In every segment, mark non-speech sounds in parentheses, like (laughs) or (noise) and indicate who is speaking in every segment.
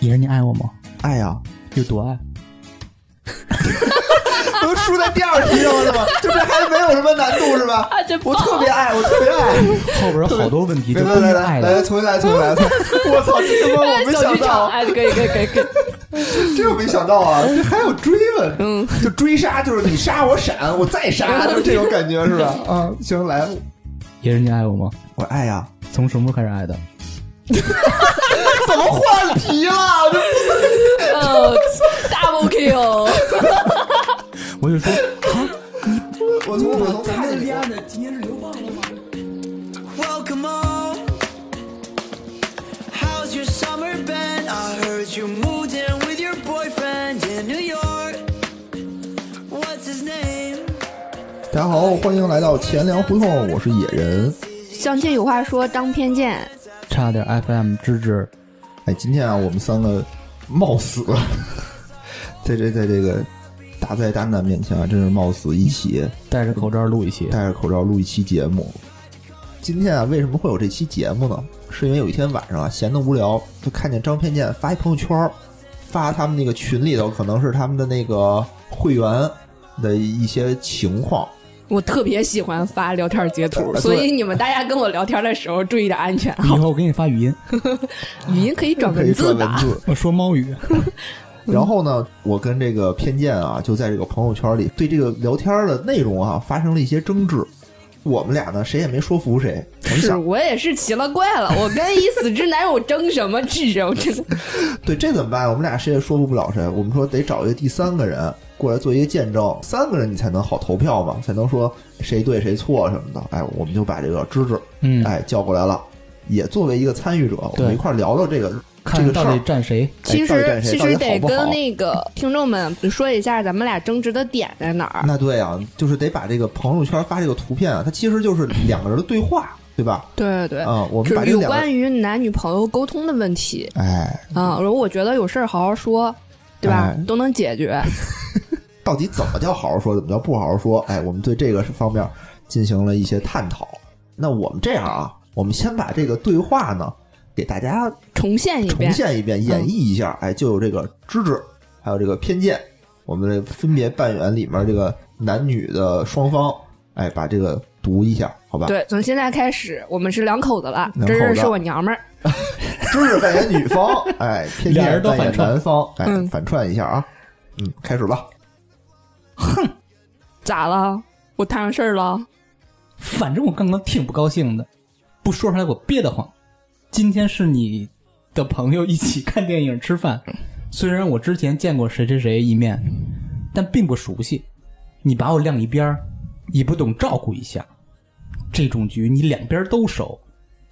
Speaker 1: 你人你爱我吗？
Speaker 2: 爱哎呀，
Speaker 1: 有多爱？
Speaker 2: 能输在第二题上了是吧？这不是还没有什么难度是吧？
Speaker 3: 啊，这
Speaker 2: 我特别爱，我特别爱。
Speaker 1: 后边有好多
Speaker 2: (laughs)
Speaker 1: 问题
Speaker 2: 来
Speaker 1: 都关
Speaker 2: 来
Speaker 1: 于
Speaker 2: 来
Speaker 1: 爱
Speaker 2: 来，
Speaker 1: 的。
Speaker 2: 重新来，重新来！
Speaker 3: (laughs)
Speaker 2: 我操，这他妈我没
Speaker 3: 小
Speaker 2: 想
Speaker 3: 剧场，
Speaker 2: 到，
Speaker 3: 哎，可以可以可以
Speaker 2: (laughs)
Speaker 3: 可以，
Speaker 2: 这我没想到啊，这还有追问，
Speaker 3: 嗯，
Speaker 2: 就追杀，就是你杀我闪，我
Speaker 3: (laughs)
Speaker 2: 再杀，就是这种感觉是吧？啊，行，来，
Speaker 1: 也人你爱我吗？
Speaker 2: 我爱呀，
Speaker 1: 从什么时候开始爱的？
Speaker 2: 怎么换题了？这
Speaker 3: 呃，double kill，
Speaker 1: 我
Speaker 2: (laughs)
Speaker 1: 就说，
Speaker 2: 我从我从菜里
Speaker 1: 的今天是流放了吗？
Speaker 4: Welcome home. How's your summer been? I heard you moved in with your boyfriend in New York. What's his name?
Speaker 2: 大家好，欢迎来到钱粮胡同，我是野人。
Speaker 5: 相亲有话说，当偏见。
Speaker 1: 差点 FM 芝芝，
Speaker 2: 哎，今天啊，我们三个冒死，在这在这个大灾大难面前啊，真是冒死一起
Speaker 1: 戴着口罩录一期。
Speaker 2: 戴着口罩录一期节目。今天啊，为什么会有这期节目呢？是因为有一天晚上啊，闲得无聊，就看见张偏见发一朋友圈儿，发他们那个群里头，可能是他们的那个会员的一些情况。
Speaker 3: 我特别喜欢发聊天截
Speaker 2: 啊
Speaker 3: 图，所以你们大家跟我聊天的时候注意点安全
Speaker 1: 以
Speaker 3: 啊，
Speaker 1: 后我给你发语音，
Speaker 3: 语音可以转
Speaker 2: 可以
Speaker 3: 文
Speaker 2: 转
Speaker 3: 字的 (laughs)
Speaker 2: 文。字。
Speaker 1: 我说猫语。
Speaker 2: 然后呢，我跟这个偏见啊，就在这个朋友圈里对这个聊天的内容啊发生了一些争执。我们俩呢，谁也没说服谁。我们
Speaker 3: 是
Speaker 2: 想，
Speaker 3: 我也是奇了怪了，我跟一死之男友争什么智啊？我真
Speaker 2: 哎
Speaker 3: 的，
Speaker 2: 对这怎么办？我们俩谁也说服不了谁。我们说得找一个第三个人过来做一个见证，三个人你才能好投票嘛，才能说谁对谁错什么的。哎，我们就把这个芝芝
Speaker 1: 嗯，
Speaker 2: 哎叫过来了，也作为一个参与者，我
Speaker 1: 对
Speaker 2: 们一块儿聊聊这个这
Speaker 1: 看
Speaker 2: 个事
Speaker 1: 到底
Speaker 2: 儿。
Speaker 1: 站谁？
Speaker 2: 哎
Speaker 5: 其
Speaker 2: 到底
Speaker 5: 实
Speaker 2: 站谁
Speaker 5: 其
Speaker 2: 到底好
Speaker 5: 实得
Speaker 2: 不好
Speaker 5: 跟那个听众们说一下，咱们俩争执的点在哪儿。
Speaker 2: 那对啊，就是得把这个朋友圈发这个图片啊，它其实就是两个人的对话，对吧？
Speaker 5: 对对
Speaker 2: 啊、我们
Speaker 5: 就
Speaker 2: 把
Speaker 5: 是
Speaker 2: 这
Speaker 5: 有
Speaker 2: 两个
Speaker 5: 关于男女朋友沟通的问题
Speaker 2: 哎，
Speaker 5: 啊。如果我觉得有事儿好好说，对吧
Speaker 2: 哎？
Speaker 5: 都能
Speaker 2: (laughs)
Speaker 5: 解决。
Speaker 2: 到底怎么叫好好说，怎么叫不好好说？哎，我们对这个方面进行了一些探讨。那我们这样啊，我们先把这个对话呢给大家
Speaker 5: 重现一
Speaker 2: 重
Speaker 5: 遍，
Speaker 2: 现一遍、演绎一下。哎，就有这个知识，还有这个偏见，我们分别扮演里面这个男女的双方。哎，把这个读一下，好吧？
Speaker 5: 对，从现在开始我们是两口子了，
Speaker 2: 两口
Speaker 5: 这
Speaker 2: 子
Speaker 5: 人是我娘们儿。
Speaker 2: 知识扮演女方，
Speaker 1: (laughs)
Speaker 2: 哎，偏
Speaker 1: 俩
Speaker 2: 见
Speaker 1: 人都
Speaker 2: 扮演
Speaker 1: 反串
Speaker 2: 男方，哎，
Speaker 5: 嗯
Speaker 2: 反串一下啊。嗯，开始吧。
Speaker 5: 咋了？我摊上事儿了？
Speaker 1: 反正我刚刚挺不高兴的，不说出来我憋得慌。今天是你的朋友一起看电影吃饭，虽然我之前见过谁谁谁一面，但并不熟悉。你把我晾一边儿，也不懂照顾一下。这种局你两边都熟，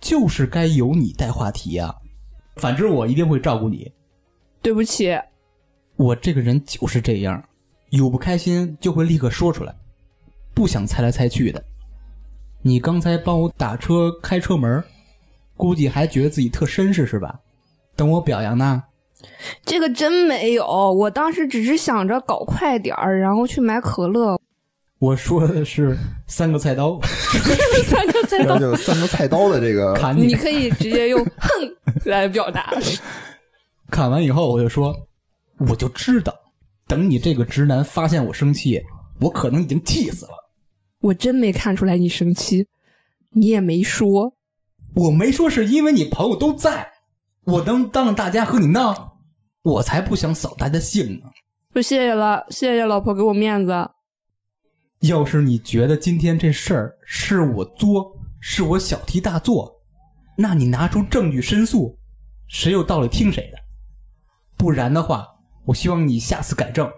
Speaker 1: 就是该由你带话题啊。反正我一定会照顾你。
Speaker 5: 对不起，
Speaker 1: 我这个人就是这样，有不开心就会立刻说出来，不想猜来猜去的。你刚才帮我打车开车门儿，估计还觉得自己特绅士是吧？等我表扬呢？
Speaker 5: 这个真没有，我当时只是想着搞快点儿，然后去买
Speaker 2: (laughs)
Speaker 5: 可乐。
Speaker 1: 我说的是三个菜刀
Speaker 5: 三个菜
Speaker 2: 然
Speaker 5: 刀
Speaker 2: 后，就三个菜刀的这
Speaker 1: (laughs)
Speaker 2: 个
Speaker 1: 砍
Speaker 5: 你
Speaker 1: 你，
Speaker 5: 可以直接用“哼”来表
Speaker 2: (laughs)
Speaker 5: 达。
Speaker 1: 砍完以后我就说，我就知道，等你这个直男发现我生气，我可能已经气死了。
Speaker 5: 我真没看出来你生气，你也没说。
Speaker 1: 我没说是因为你朋友都在，我能当着大家和你闹，我才不想扫大家兴呢。
Speaker 5: 说谢谢了，谢谢老婆给我面子。
Speaker 1: 要是你觉得今天这事儿是我作，是我小题大做，那你拿出证据申诉，谁有道理听谁的。不然的话，我希望你下次改正，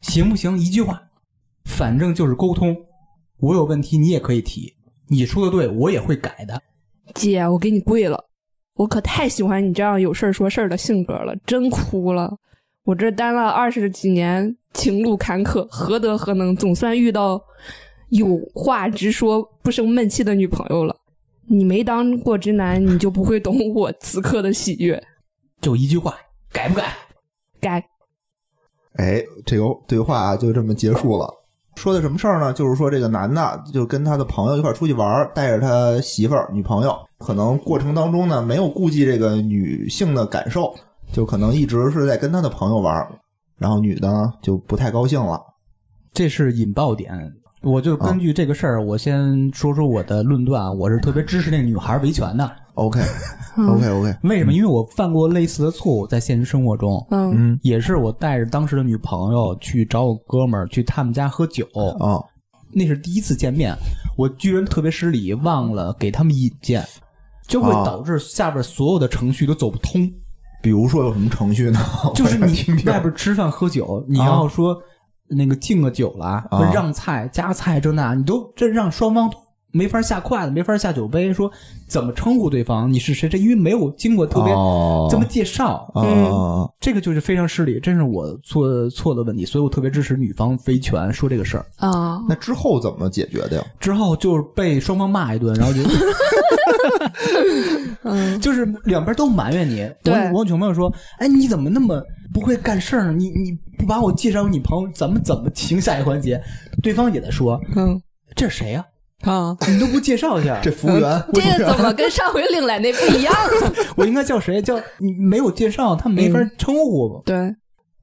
Speaker 1: 行不行？一句话，反正就是沟通。我有问题你也可以提，你说的对，我也会改的。
Speaker 5: 姐，我给你跪了，我可太喜欢你这样有事儿说事儿的性格了，真哭了。我这单了二十几年，情路坎坷，何德何能，总算遇到有话直说、不生闷气的女朋友了。你没当过直男，你就不会懂我此刻的喜悦。
Speaker 1: 就一句话，改不改？
Speaker 5: 该
Speaker 2: 哎，这个对话啊就这么结束了。说的什么事儿呢？就是说这个男的就跟他的朋友一块儿出去玩儿，带着他媳妇儿、女朋友，可能过程当中呢没有顾及这个女性的感受，就可能一直是在跟他的朋友玩儿，然后女的呢就不太高兴了。
Speaker 1: 这是引爆点。我就根据这个事儿，我先说说我的论断啊。我是特别支持那个女孩维权的，
Speaker 2: OK OK OK，
Speaker 1: 为什么？因为我犯过类似的错误，在现实生活中，
Speaker 5: 嗯
Speaker 2: 嗯
Speaker 1: 也是我带着当时的女朋友去找我哥们儿去他们家喝酒，
Speaker 2: 啊
Speaker 1: 那是第一次见面，我居然特别失礼，忘了给他们引荐，就会
Speaker 2: 哦
Speaker 1: 导致下边所有的程序都走不通。
Speaker 2: 比如说有什么程序呢？
Speaker 1: 就是
Speaker 2: 哦我想
Speaker 1: 你
Speaker 2: 听听
Speaker 1: 外边吃饭喝酒，你要说那个敬个酒了，
Speaker 2: 啊
Speaker 1: 让菜夹菜这那，你都这让双方都没法下筷子，没法下酒杯，说怎么称呼对方，你是谁？这因为没有经过特别
Speaker 2: 哦
Speaker 1: 这么介绍，
Speaker 2: 啊啊
Speaker 1: 这个就是非常失礼，这是我错错的问题，所以我特别支持女方维权说这个事儿。
Speaker 5: 啊，
Speaker 2: 那之后怎么解决的呀？
Speaker 1: 之后就是被双方骂一顿，然后就，
Speaker 5: (laughs)
Speaker 1: 嗯， (laughs) 就是两边都埋怨你。
Speaker 5: 对
Speaker 1: 我我女朋友说：“哎，你怎么那么不会干事儿呢？你你不把我介绍给你朋友，咱们怎么行下一环节？”对方也在说
Speaker 5: 嗯：“
Speaker 1: 这是谁呀、
Speaker 5: (laughs) 啊，
Speaker 1: 你都不介绍一下，
Speaker 2: 这服务员，
Speaker 5: 这个怎么跟上回另来那不一样？啊
Speaker 1: 我应该叫谁？叫你没有介绍，他没法
Speaker 5: 嗯
Speaker 1: 称呼我。
Speaker 5: 对，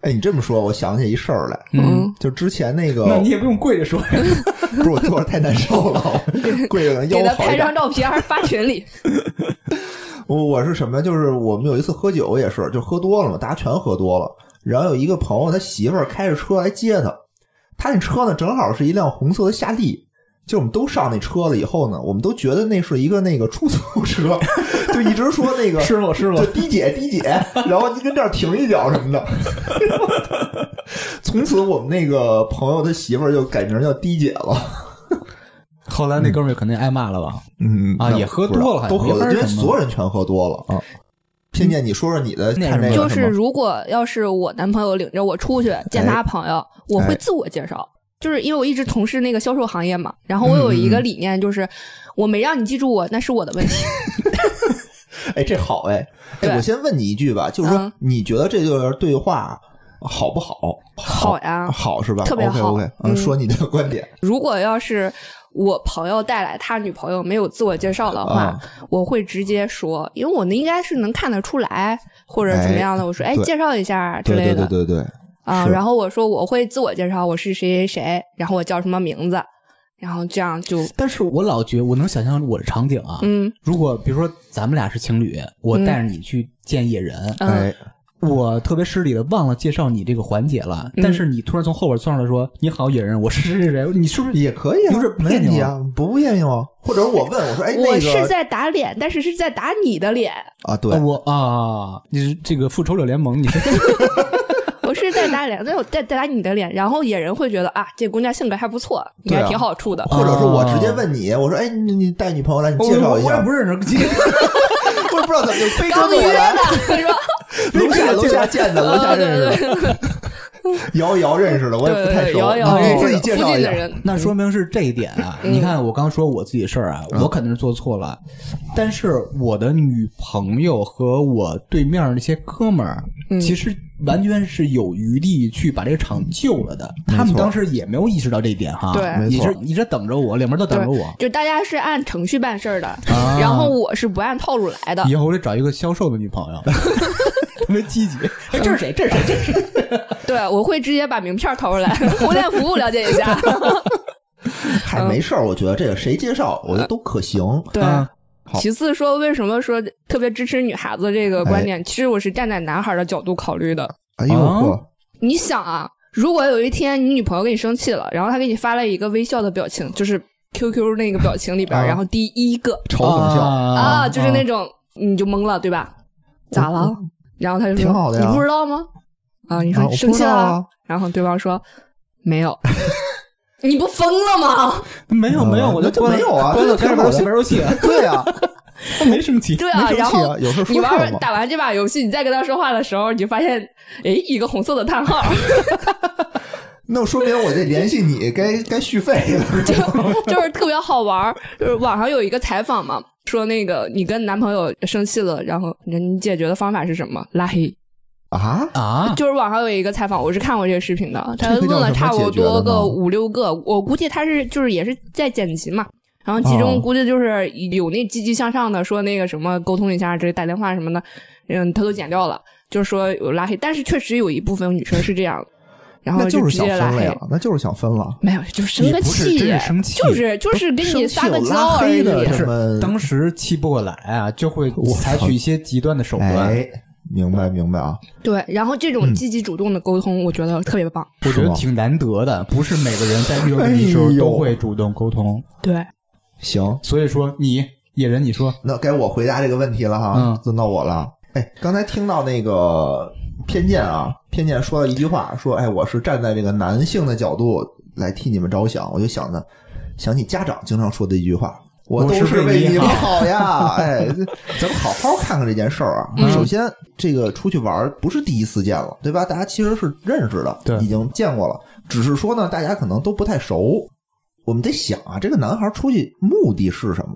Speaker 2: 哎，你这么说，我想起一事儿来，
Speaker 5: 嗯
Speaker 2: 就之前那个，
Speaker 1: 那你也不用跪着说， (laughs)
Speaker 2: 不是我坐着太难受
Speaker 5: (laughs)
Speaker 2: 了，我跪着可能
Speaker 5: 给他
Speaker 2: 腰好
Speaker 5: 拍
Speaker 2: 一点
Speaker 5: 张。照片儿发群里。
Speaker 2: 我我是什么？就是我们有一次喝酒也是，就喝多了嘛，大家全喝多了。然后有一个朋友，他媳妇儿开着车来接他，他那车呢正好是一辆红色的夏利。就我们都上那车了以后呢，我们都觉得那是一个那个出租
Speaker 5: (laughs)
Speaker 2: 车，就一直说那个
Speaker 1: 师傅师
Speaker 2: 就
Speaker 1: 傅，
Speaker 2: 滴姐滴姐，然后你跟这儿停一脚什么的。从此我们那个朋友他媳妇儿就改名叫滴姐了。
Speaker 1: 后来那哥们儿肯定挨骂了吧？
Speaker 2: 嗯
Speaker 1: 啊也喝多了
Speaker 2: 都
Speaker 1: 还
Speaker 2: 喝
Speaker 1: 没法
Speaker 2: 了，
Speaker 1: 儿
Speaker 2: 因为
Speaker 1: 什么
Speaker 2: 所有人全喝多了啊。偏见，你说说你的
Speaker 1: 那
Speaker 2: 看
Speaker 1: 什么
Speaker 2: 这个
Speaker 5: 就
Speaker 2: 什
Speaker 5: 是
Speaker 2: 么哎
Speaker 5: 如果要是我男朋友领着我出去见他朋友，我会自我介绍，就是因为我一直从事那个销售行业嘛。然后
Speaker 2: 嗯
Speaker 5: 我有一个理念，就是我没让你记住我，那是我的问
Speaker 2: (laughs)
Speaker 5: 题。
Speaker 2: 哎，这好哎，哎，
Speaker 5: 对
Speaker 2: 我先问你一句吧，就是说
Speaker 5: 嗯
Speaker 2: 你觉得这段对话好不好？
Speaker 5: 好呀
Speaker 2: 好是吧？
Speaker 5: 特别
Speaker 2: OK
Speaker 5: 好
Speaker 2: OK，嗯，
Speaker 5: 嗯
Speaker 2: 说你的观点
Speaker 5: 如果要是我朋友带来他女朋友没有自我介绍的话，
Speaker 2: 啊
Speaker 5: 我会直接说，因为我那应该是能看得出来或者怎么样的。我说，哎，
Speaker 2: 对
Speaker 5: 介绍一下之
Speaker 2: 对
Speaker 5: 类
Speaker 2: 对
Speaker 5: 的
Speaker 2: 对对对，
Speaker 5: 啊。
Speaker 2: 是
Speaker 5: 然后我说我会自我介绍，我是谁谁谁，然后我叫什么名字，然后这样就
Speaker 2: 哎
Speaker 1: 但是我老觉我能想象我的场景啊，
Speaker 5: 嗯
Speaker 1: 如果比如说咱们俩是情侣，我
Speaker 5: 嗯
Speaker 1: 带着你去见野人，
Speaker 5: 嗯
Speaker 2: 哎，
Speaker 1: 我特别失礼的忘了介绍你这个环节了，
Speaker 5: 嗯
Speaker 1: 但是你突然从后边窜出来说：“你好，野人，我是谁谁谁，你是不是
Speaker 2: 也可以啊，
Speaker 1: 不是不
Speaker 2: 没问
Speaker 1: 别
Speaker 2: 题
Speaker 1: 扭
Speaker 2: 啊，不不别扭啊。或者我问我说，哎，那
Speaker 5: 我
Speaker 2: 个
Speaker 5: 是在打脸，但是是在打你的脸，
Speaker 2: 啊，对，
Speaker 1: 我啊，你是这个复仇者联盟，你
Speaker 2: (laughs)
Speaker 1: 是
Speaker 5: 我是在打脸，但我在在打你的脸，然后野人会觉得啊，这姑娘性格还不错，应
Speaker 2: 对
Speaker 5: 该
Speaker 2: 啊
Speaker 5: 挺好处的。
Speaker 2: 或者是我直接问你，我说，哎，你你带女朋友来，你
Speaker 1: 我
Speaker 2: 介绍一
Speaker 1: 我
Speaker 2: 下，
Speaker 1: 也不认识，
Speaker 2: 我也不知道怎么就非跟
Speaker 5: 刚
Speaker 2: 着
Speaker 5: 约
Speaker 2: 我来，(laughs)
Speaker 5: 的，是吧？
Speaker 2: 楼下楼下见的，楼 (laughs) 下认识
Speaker 5: 对
Speaker 2: 的，瑶瑶认识的，我也不太
Speaker 5: 对
Speaker 2: 熟，
Speaker 5: 对，瑶瑶
Speaker 2: 哦
Speaker 5: 认
Speaker 2: 自己
Speaker 5: 识的
Speaker 2: 介
Speaker 5: 附
Speaker 2: 绍一
Speaker 5: 近的
Speaker 2: 下，
Speaker 5: 人，嗯
Speaker 1: 那说明是这一点啊。你看，我刚说我自己事儿啊，我肯定是做错了，但是我的女朋友和我对面那些哥们儿，
Speaker 5: 嗯
Speaker 1: 其实完全是有余地去把这个场救了的。他们
Speaker 2: 没错
Speaker 1: 当时也没有意识到这一点哈，
Speaker 5: 对没
Speaker 1: 也
Speaker 2: 错
Speaker 1: 是一直等着我，两边都等着我。
Speaker 5: 就大家是按程序办事儿的，
Speaker 2: 啊
Speaker 5: 然后我是不按套路来的
Speaker 1: 以。后我得找一个销售的女朋友， (laughs) 特别积极。哎，这是谁？这是谁？这是谁？
Speaker 5: 对，我会直接把名
Speaker 2: (laughs)
Speaker 5: 片掏出来，婚恋服务了解一下。
Speaker 2: 嗨，哎没事儿，我觉得这个谁介绍，我觉得都可行，
Speaker 5: 对。
Speaker 1: 啊
Speaker 2: 好
Speaker 5: 其次说，为什么说特别支持女孩子这个观点？其实我是站在男孩的角度考虑的。
Speaker 2: 哎呦
Speaker 1: 啊
Speaker 2: 呵，
Speaker 5: 你想啊，如果有一天你女朋友跟你生气了，然后她给你发了一个微笑的表情，就是 QQ 那个表情里边，
Speaker 2: 啊
Speaker 5: 然后第一个
Speaker 2: 嘲讽笑，
Speaker 5: 啊，就是那种你就懵了，对吧？咋了？然后他就说
Speaker 2: 挺好的呀
Speaker 5: 你不知道吗？啊，你
Speaker 2: 啊
Speaker 5: 说
Speaker 2: 我不
Speaker 5: 你生气
Speaker 2: 知
Speaker 5: 了？
Speaker 2: 道啊
Speaker 5: 然后对方说没有， (laughs) 你不疯了吗？
Speaker 1: 没有没有，
Speaker 2: 嗯
Speaker 1: 我就关了
Speaker 2: 那就没有啊
Speaker 1: 关了
Speaker 2: 这
Speaker 1: 开
Speaker 2: 挺
Speaker 1: 始
Speaker 2: 好
Speaker 1: 玩
Speaker 2: 的
Speaker 1: 游戏玩游戏，
Speaker 2: 对啊，
Speaker 1: 没生气。
Speaker 5: 对啊，
Speaker 2: 没
Speaker 5: 然
Speaker 2: 生气
Speaker 5: 后
Speaker 2: 啊，有时候说
Speaker 5: 你玩
Speaker 2: 什
Speaker 5: 完
Speaker 2: 么？
Speaker 5: 打完这把游戏，你再跟他说话的时候，你就发现，哎，一个红色的叹号，
Speaker 2: 那说明我得联系你， (laughs) 该该续费了。
Speaker 5: 就 (laughs) 就是特别好玩儿。就是网上有一个采访嘛，说那个你跟男朋友生气了，然后你解决的方法是什么？拉黑。
Speaker 2: (laughs) 啊，
Speaker 1: 啊，
Speaker 5: 就是网上有一个采访，我是看过这个视频的，他
Speaker 2: 这个
Speaker 5: 问
Speaker 2: 叫
Speaker 5: 了
Speaker 2: 什么
Speaker 5: 差不
Speaker 2: 解决的
Speaker 5: 多
Speaker 2: 呢
Speaker 5: 个五六个，我估计他是就是也是在剪辑嘛，然后其
Speaker 2: 哦
Speaker 5: 中估计就是有那积极向上的，说那个什么沟通一下，这打电话什么的，嗯，他都剪掉了。就说有拉黑，但是确实有一部分女生是这样的，然后
Speaker 2: 那就是
Speaker 5: 直
Speaker 2: 想
Speaker 5: 接
Speaker 2: 分
Speaker 5: 拉
Speaker 2: 了
Speaker 5: 黑
Speaker 2: 呀。，那就是想分了。
Speaker 5: 没有，就生
Speaker 6: 你
Speaker 5: 个
Speaker 6: 不是
Speaker 5: 气，
Speaker 6: 真是生气
Speaker 5: 就是就是跟你撒个
Speaker 2: 生气有
Speaker 5: 娇
Speaker 2: 拉
Speaker 5: 而
Speaker 2: 黑
Speaker 5: 已。
Speaker 2: 的 (laughs) 什
Speaker 1: 是
Speaker 2: 么？
Speaker 1: 当时气不过来啊，就会
Speaker 2: 我操
Speaker 1: 采取一些极端的手段。
Speaker 2: 哎，明白明白啊，
Speaker 5: 对，然后这
Speaker 2: 嗯
Speaker 5: 种积极主动的沟通，我觉得特别棒。
Speaker 1: 我觉
Speaker 2: 是
Speaker 1: 得
Speaker 2: 吗
Speaker 1: 挺难得的，不是每个人在遇到问题的时候
Speaker 2: 哎呦
Speaker 1: 都会主动沟通。
Speaker 2: 哎
Speaker 5: 对，
Speaker 2: 行，
Speaker 1: 所以说你野人，你说
Speaker 2: 那该我回答这个问题了哈，
Speaker 1: 嗯
Speaker 2: 轮到我了。哎，刚才听到那个偏见啊，偏见说了一句话，说哎，我是站在这个男性的角度来替你们着想，我就想着想起家长经常说的一句话。我都
Speaker 1: 我是
Speaker 2: 是
Speaker 1: 为
Speaker 2: 为
Speaker 1: 你
Speaker 2: 你们
Speaker 1: 好
Speaker 2: 好呀！哎，这咱们好好看看这件事儿
Speaker 1: 嗯
Speaker 2: 啊。首先，这个出去玩儿不是第一次见了，对吧？大家其实是认识的，
Speaker 1: 对
Speaker 2: 已经见过了，只是说呢，大家可能都不太熟。我们得想啊，这个男孩出去目的是什么？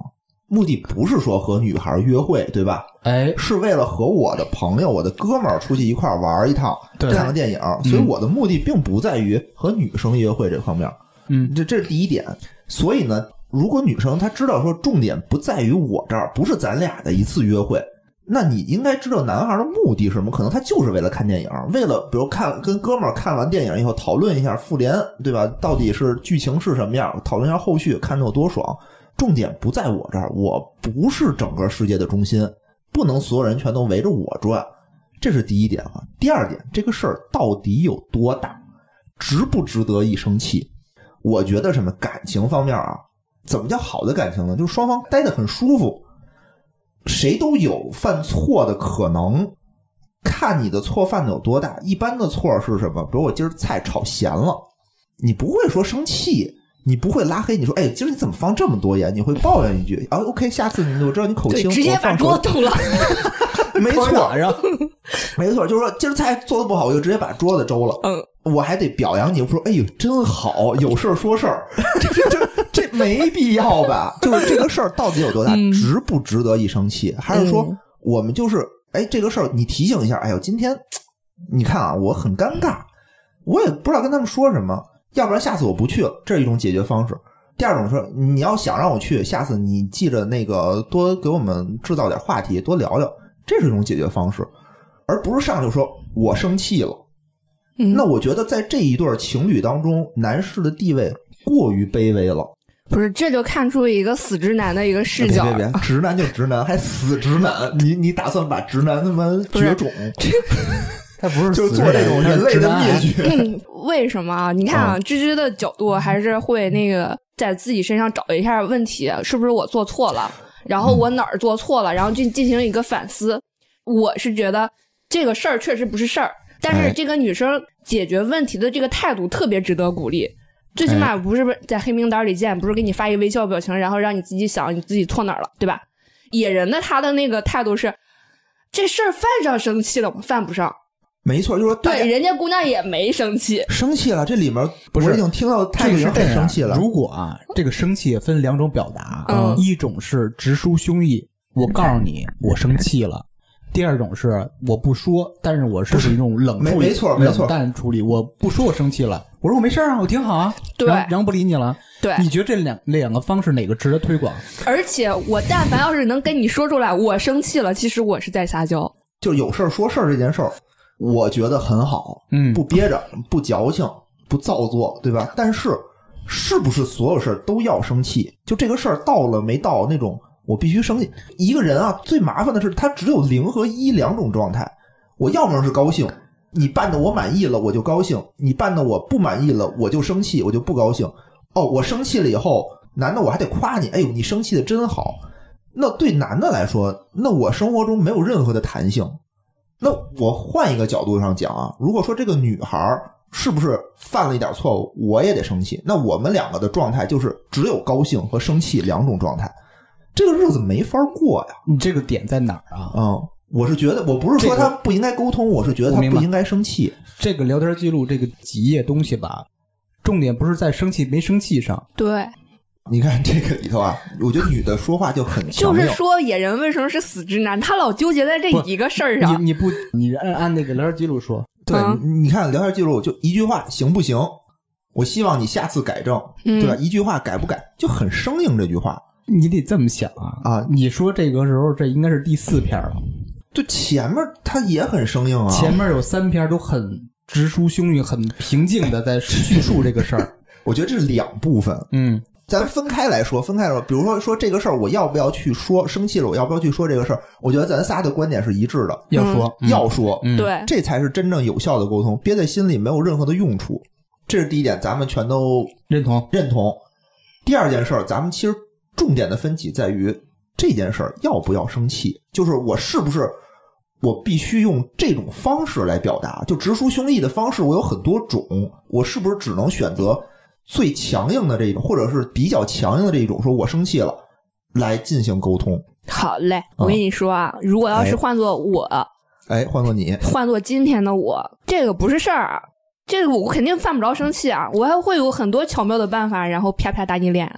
Speaker 2: 目的不是说和女孩约会，对吧？
Speaker 1: 哎，
Speaker 2: 是为了和我的朋友、我的哥们儿出去一块儿玩一趟，
Speaker 1: 对
Speaker 2: 看个电影。所以我的目的并不在于和女生约会这方面，
Speaker 1: 嗯，
Speaker 2: 这这是第一点。所以呢，如果女生她知道说重点不在于我这儿，不是咱俩的一次约会。那你应该知道男孩的目的是什么？可能他就是为了看电影，为了比如看跟哥们儿看完电影以后讨论一下复联，对吧？到底是剧情是什么样？讨论一下后续，看着有多爽。重点不在我这儿，我不是整个世界的中心，不能所有人全都围着我转，这是第一点啊。第二点，这个事儿到底有多大，值不值得一生气？我觉得什么感情方面啊，怎么叫好的感情呢？就是双方待得很舒服，谁都有犯错的可能，看你的错犯的有多大。一般的错是什么？比如我今儿菜炒咸了，你不会说生气，你不会拉黑，你说哎，今儿你怎么放这么多盐？你会抱怨一句啊，OK，下次你我知道你口
Speaker 5: 对，
Speaker 2: 轻，
Speaker 5: 直接
Speaker 2: 我
Speaker 5: 把
Speaker 2: 放
Speaker 5: 桌
Speaker 2: 手
Speaker 5: 子吐了。
Speaker 2: 没错，
Speaker 1: 然后
Speaker 2: 没错，就是说今儿菜做的不好，我就直接把桌子周了。
Speaker 5: 嗯，
Speaker 2: 我还得表扬你，我说哎呦真好，有事儿说事儿， (laughs) 这这这这没必要吧？就是这个事儿到底有多大，
Speaker 5: 嗯
Speaker 2: 值不值得一生气？还是说
Speaker 5: 嗯
Speaker 2: 我们就是哎这个事儿你提醒一下，哎呦今天你看啊我很尴尬，我也不知道跟他们说什么，要不然下次我不去了，这是一种解决方式。第二种是，你要想让我去，下次你记着那个多给我们制造点话题，多聊聊，这是一种解决方式，而不是上来就说我生气了。
Speaker 5: 嗯
Speaker 2: 那我觉得在这一对儿情侣当中，男士的地位过于卑微了。哎
Speaker 5: 不是，这就看出一个死直男的一个视角。
Speaker 2: 别别别，直男就直男，还死直男，你你打算把直男他妈绝种？
Speaker 1: 他不是
Speaker 2: 就是
Speaker 1: 死
Speaker 2: 做这
Speaker 1: 人
Speaker 2: 种
Speaker 1: 他是
Speaker 2: 人类
Speaker 1: 直
Speaker 2: 的
Speaker 1: 男
Speaker 2: 灭
Speaker 1: 癌
Speaker 2: 绝？
Speaker 5: 嗯，为什么啊？你看啊，
Speaker 2: 嗯
Speaker 5: 芝芝的角度还是会那个在自己身上找一下问题，是不是我做错了？然后我哪儿做错了？然后进进行一个反思。我是觉得这个事儿确实不是事儿，但
Speaker 2: 哎
Speaker 5: 是这个女生解决问题的这个态度特别值得鼓励。最起码不是在黑名单里见，不是给你发一个微笑表情，然后让你自己想你自己错哪儿了，对吧？野人的他的那个态度是，这事儿犯上生气了吗？犯不上。
Speaker 2: 没错，就是说大
Speaker 5: 对，
Speaker 2: 家
Speaker 5: 人家姑娘也没生气，
Speaker 2: 生气了，这里面
Speaker 1: 不是
Speaker 2: 我已经听到
Speaker 1: 这
Speaker 2: 太
Speaker 1: 个
Speaker 2: 多
Speaker 1: 是
Speaker 2: 人
Speaker 1: 这
Speaker 2: 很
Speaker 1: 样
Speaker 2: 生气了。
Speaker 1: 如果啊，这个生气分两种表达，啊
Speaker 5: 嗯
Speaker 1: 一种是直抒胸臆，我告诉你我生气了；第二种是我不说，但是我是一种冷
Speaker 2: 没
Speaker 1: 处理，
Speaker 2: 没错没错
Speaker 1: 冷淡处理。我不说我生气了，我说我没事儿啊，我挺好啊，
Speaker 5: 对
Speaker 1: 然后然后不理你了。
Speaker 5: 对
Speaker 1: 你觉得这两两个方式哪个值得推广？
Speaker 5: 而且我但凡要是能跟你说出来，我生气了，其实我是在撒娇。
Speaker 2: 就有事儿说事儿这件事儿，我觉得很好，
Speaker 1: 嗯
Speaker 2: 不憋着，不矫情，不造作，对吧？但是，是不是所有事儿都要生气？就这个事儿到了没到那种我必须生气？一个人啊，最麻烦的是他只有零和一两种状态，我要么是高兴。你办的我满意了，我就高兴；你办的我不满意了，我就生气，我就不高兴。哦，我生气了以后，难道我还得夸你？哎呦，你生气的真好。那对男的来说，那我生活中没有任何的弹性。那我换一个角度上讲啊，如果说这个女孩儿是不是犯了一点错误，我也得生气。那我们两个的状态就是只有高兴和生气两种状态，这个日子没法过呀。
Speaker 1: 你这个点在哪儿啊？
Speaker 2: 嗯，我是觉得，我不是
Speaker 1: 这个
Speaker 2: 说他不应该沟通，我是觉得
Speaker 1: 我
Speaker 2: 他
Speaker 1: 明白
Speaker 2: 不应该生气。
Speaker 1: 这个聊天记录这个几页东西吧，重点不是在生气没生气上，
Speaker 5: 对，
Speaker 2: 你看这个里头啊，我觉得女的说话就很
Speaker 5: 就
Speaker 2: 强
Speaker 5: 是
Speaker 2: 硬。
Speaker 5: 说野人为什么是死直男，他老纠结在这一个事儿
Speaker 1: 你
Speaker 5: 上。
Speaker 1: 你不你按按那个聊天记录说，
Speaker 2: 对，
Speaker 5: 嗯
Speaker 2: 你你看聊天记录就一句话行不行？我希望你下次改正，
Speaker 5: 嗯
Speaker 2: 对吧？一句话改不改就很生硬。这句话
Speaker 1: 你得这么想啊
Speaker 2: 啊
Speaker 1: 你说这个时候这应该是第四篇了，
Speaker 2: 对，前面他也很生硬啊，
Speaker 1: 前面有三篇都很直抒胸臆、很平静的在叙述这个事儿。
Speaker 2: 我觉得这是两部分，
Speaker 1: (laughs) 嗯，
Speaker 2: 咱分开来说，分开来说，比如说说这个事儿，我要不要去说？生气了，我要不要去说这个事儿？我觉得咱仨的观点是一致的，
Speaker 1: 要说、嗯
Speaker 2: 要说，
Speaker 1: 嗯
Speaker 5: 对，
Speaker 2: 这才是真正有效的沟通，憋在心里没有任何的用处。这是第一点，咱们全都
Speaker 1: 认同，。
Speaker 2: 认同。第二件事儿，咱们其实重点的分歧在于这件事儿要不要生气，就是我是不是我必须用这种方式来表达，就直抒胸臆的方式，我有很多种，我是不是只能选择最强硬的这一种，或者是比较强硬的这一种，说我生气了来进行沟通？
Speaker 5: 好嘞，我跟你说啊，如果要是
Speaker 2: 哎
Speaker 5: 换做我，
Speaker 2: 哎，换做你，
Speaker 5: 换做今天的我，这个不是事儿啊，这个我肯定犯不着生气啊，我还会有很多巧妙的办法，然后啪啪打你脸，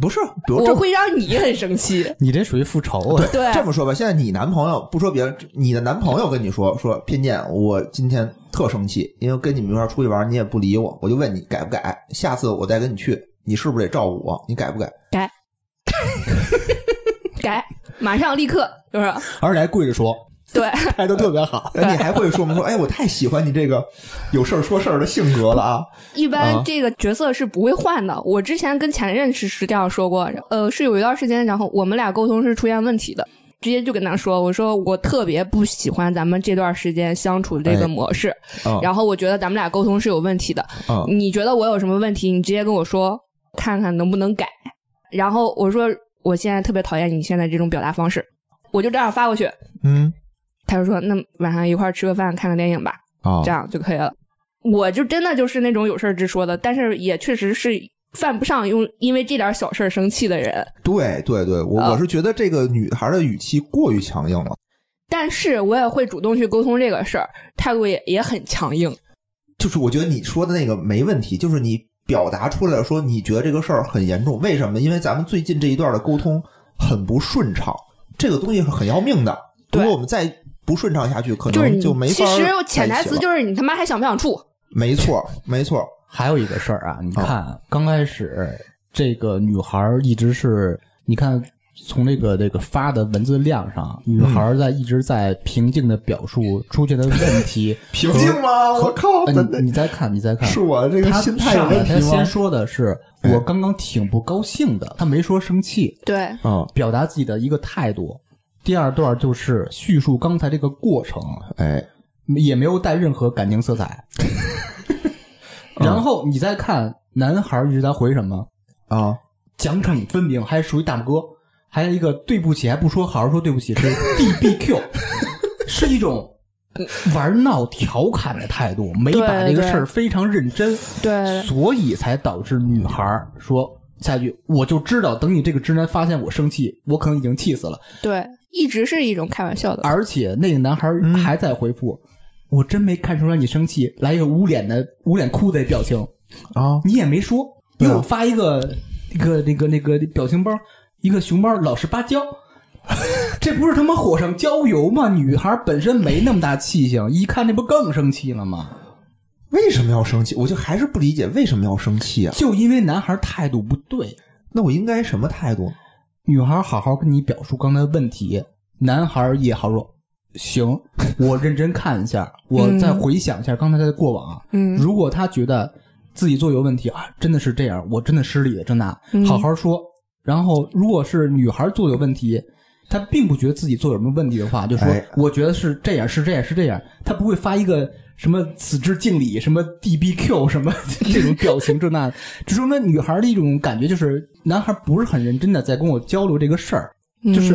Speaker 2: 不是，比如
Speaker 5: 我
Speaker 2: 这
Speaker 5: 会让你很生气
Speaker 1: 你这属于复仇啊！
Speaker 5: 对，
Speaker 2: 这么说吧，现在你男朋友不说别人，你的男朋友跟你说说偏见，我今天特生气，因为跟你们一块儿出去玩，你也不理我，我就问你改不改？下次我再跟你去，你是不是得照顾我？你改不
Speaker 5: (laughs)
Speaker 2: 改？
Speaker 5: 改，改，马上立刻就是
Speaker 1: (laughs) 而且还跪着 (laughs) 说，
Speaker 5: 对，
Speaker 1: 态度特别好。
Speaker 2: 哎，你还会说吗？说哎，我太喜欢你这个 (laughs) 有事儿说事儿的性格了啊！
Speaker 5: 一
Speaker 2: 啊
Speaker 5: 般这个角色是不会换的。我之前跟前任是是这样说过，呃，是有一段时间，然后我们俩沟通是出现问题的，直接就跟他说，我说我特别不喜欢咱们这段时间相处这
Speaker 2: 哎
Speaker 5: 个模式，
Speaker 2: 嗯
Speaker 5: 然后我觉得咱们俩沟通是有问题的。
Speaker 2: 嗯
Speaker 5: 你觉得我有什么问题，你直接跟我说，看看能不能改。然后我说我现在特别讨厌你现在这种表达方式，我就这样发过去。
Speaker 2: 嗯
Speaker 5: 他就说那晚上一块儿吃个饭，看个电影吧。
Speaker 2: 啊
Speaker 5: 这样就可以了。我就真的就是那种有事儿直说的，但是也确实是犯不上用因为这点小事儿生气的人。
Speaker 2: 对对对，我
Speaker 5: 啊
Speaker 2: 我是觉得这个女孩的语气过于强硬了，
Speaker 5: 但是我也会主动去沟通这个事儿，态度也也很强硬。
Speaker 2: 就是我觉得你说的那个没问题，就是你表达出来了说你觉得这个事儿很严重，为什么？因为咱们最近这一段的沟通很不顺畅，这个东西是很要命的。如
Speaker 5: 对
Speaker 2: 果我们再不顺畅下去，可
Speaker 5: 就是
Speaker 2: 能
Speaker 5: 你，
Speaker 2: 没法
Speaker 5: 其
Speaker 2: 儿在一起
Speaker 5: 实
Speaker 2: 了。
Speaker 5: 潜台词就是你他妈还想不想处？
Speaker 2: 没错，没错，
Speaker 1: 还有一个事儿啊，你看、刚开始这个女孩儿一直是，你看从这个这个发的文字量上，女孩儿在一直在平静的表述出现的问 (laughs) 题和。
Speaker 2: (laughs) 平静吗？我靠，
Speaker 1: 呃
Speaker 2: 真的
Speaker 1: 你你再看，你再看，
Speaker 2: 是我这个
Speaker 1: 他
Speaker 2: 心态有
Speaker 1: 上来
Speaker 2: 问题
Speaker 1: 他先
Speaker 2: 吗？
Speaker 1: 说的是
Speaker 2: 哎
Speaker 1: 我刚刚挺不高兴的，他没说生气，
Speaker 5: 对
Speaker 2: 嗯，
Speaker 1: 表达自己的一个态度。第二段就是叙述刚才这个过程，
Speaker 2: 哎，
Speaker 1: 也没有带任何感情色
Speaker 2: (laughs)
Speaker 1: 彩。然后你再看男孩一直在回什么，
Speaker 2: 啊，
Speaker 1: 奖惩分明，还属于大拇哥，还有一个对不起还不说，好好说对不
Speaker 5: (laughs)
Speaker 1: 起是 DBQ，是一种玩闹调侃的态度，没把这
Speaker 5: 对
Speaker 1: 个
Speaker 5: 对
Speaker 1: 事儿非常认真。
Speaker 5: 对
Speaker 1: 所以才导致女孩儿说下一句，我就知道，等你这个直男发现我生气，我可能已经气死了。
Speaker 5: 对，一直是一种开玩笑的。
Speaker 1: 而且那个男孩
Speaker 5: 嗯
Speaker 1: 儿还在回复，我真没看出来你生气，来一个捂脸的捂脸哭的表情，
Speaker 2: 啊，
Speaker 1: 你也没说，
Speaker 2: 对啊
Speaker 1: 又发一个一个那个那个表情包，一个熊猫老实巴交。这不是他妈火上浇油吗？女孩儿本身没那么大气性，一看这不更生气了吗？
Speaker 2: 为什么要生气？我就还是不理解为什么要生气啊？
Speaker 1: 就因为男孩儿态度不对，
Speaker 2: 那我应该什么态度？
Speaker 1: 女孩好好跟你表述刚才的问题，男孩也好说，行，我认真看一下，我再回想一下刚才的过往。啊
Speaker 5: 嗯
Speaker 1: 如果他觉得自己做有问题啊，真的是这样，我真的失礼了，真的，好好说。然后，如果是女孩做有问题，她并不觉得自己做有什么问题的话，就说、
Speaker 2: 哎
Speaker 1: 我觉得是这样，是这样，是这样，她不会发一个什么此致敬礼，什么 DBQ，什么 (laughs) 这种表情这那的，就说明女孩的一种感觉就是男孩不是很认真的在跟我交流这个事儿，就是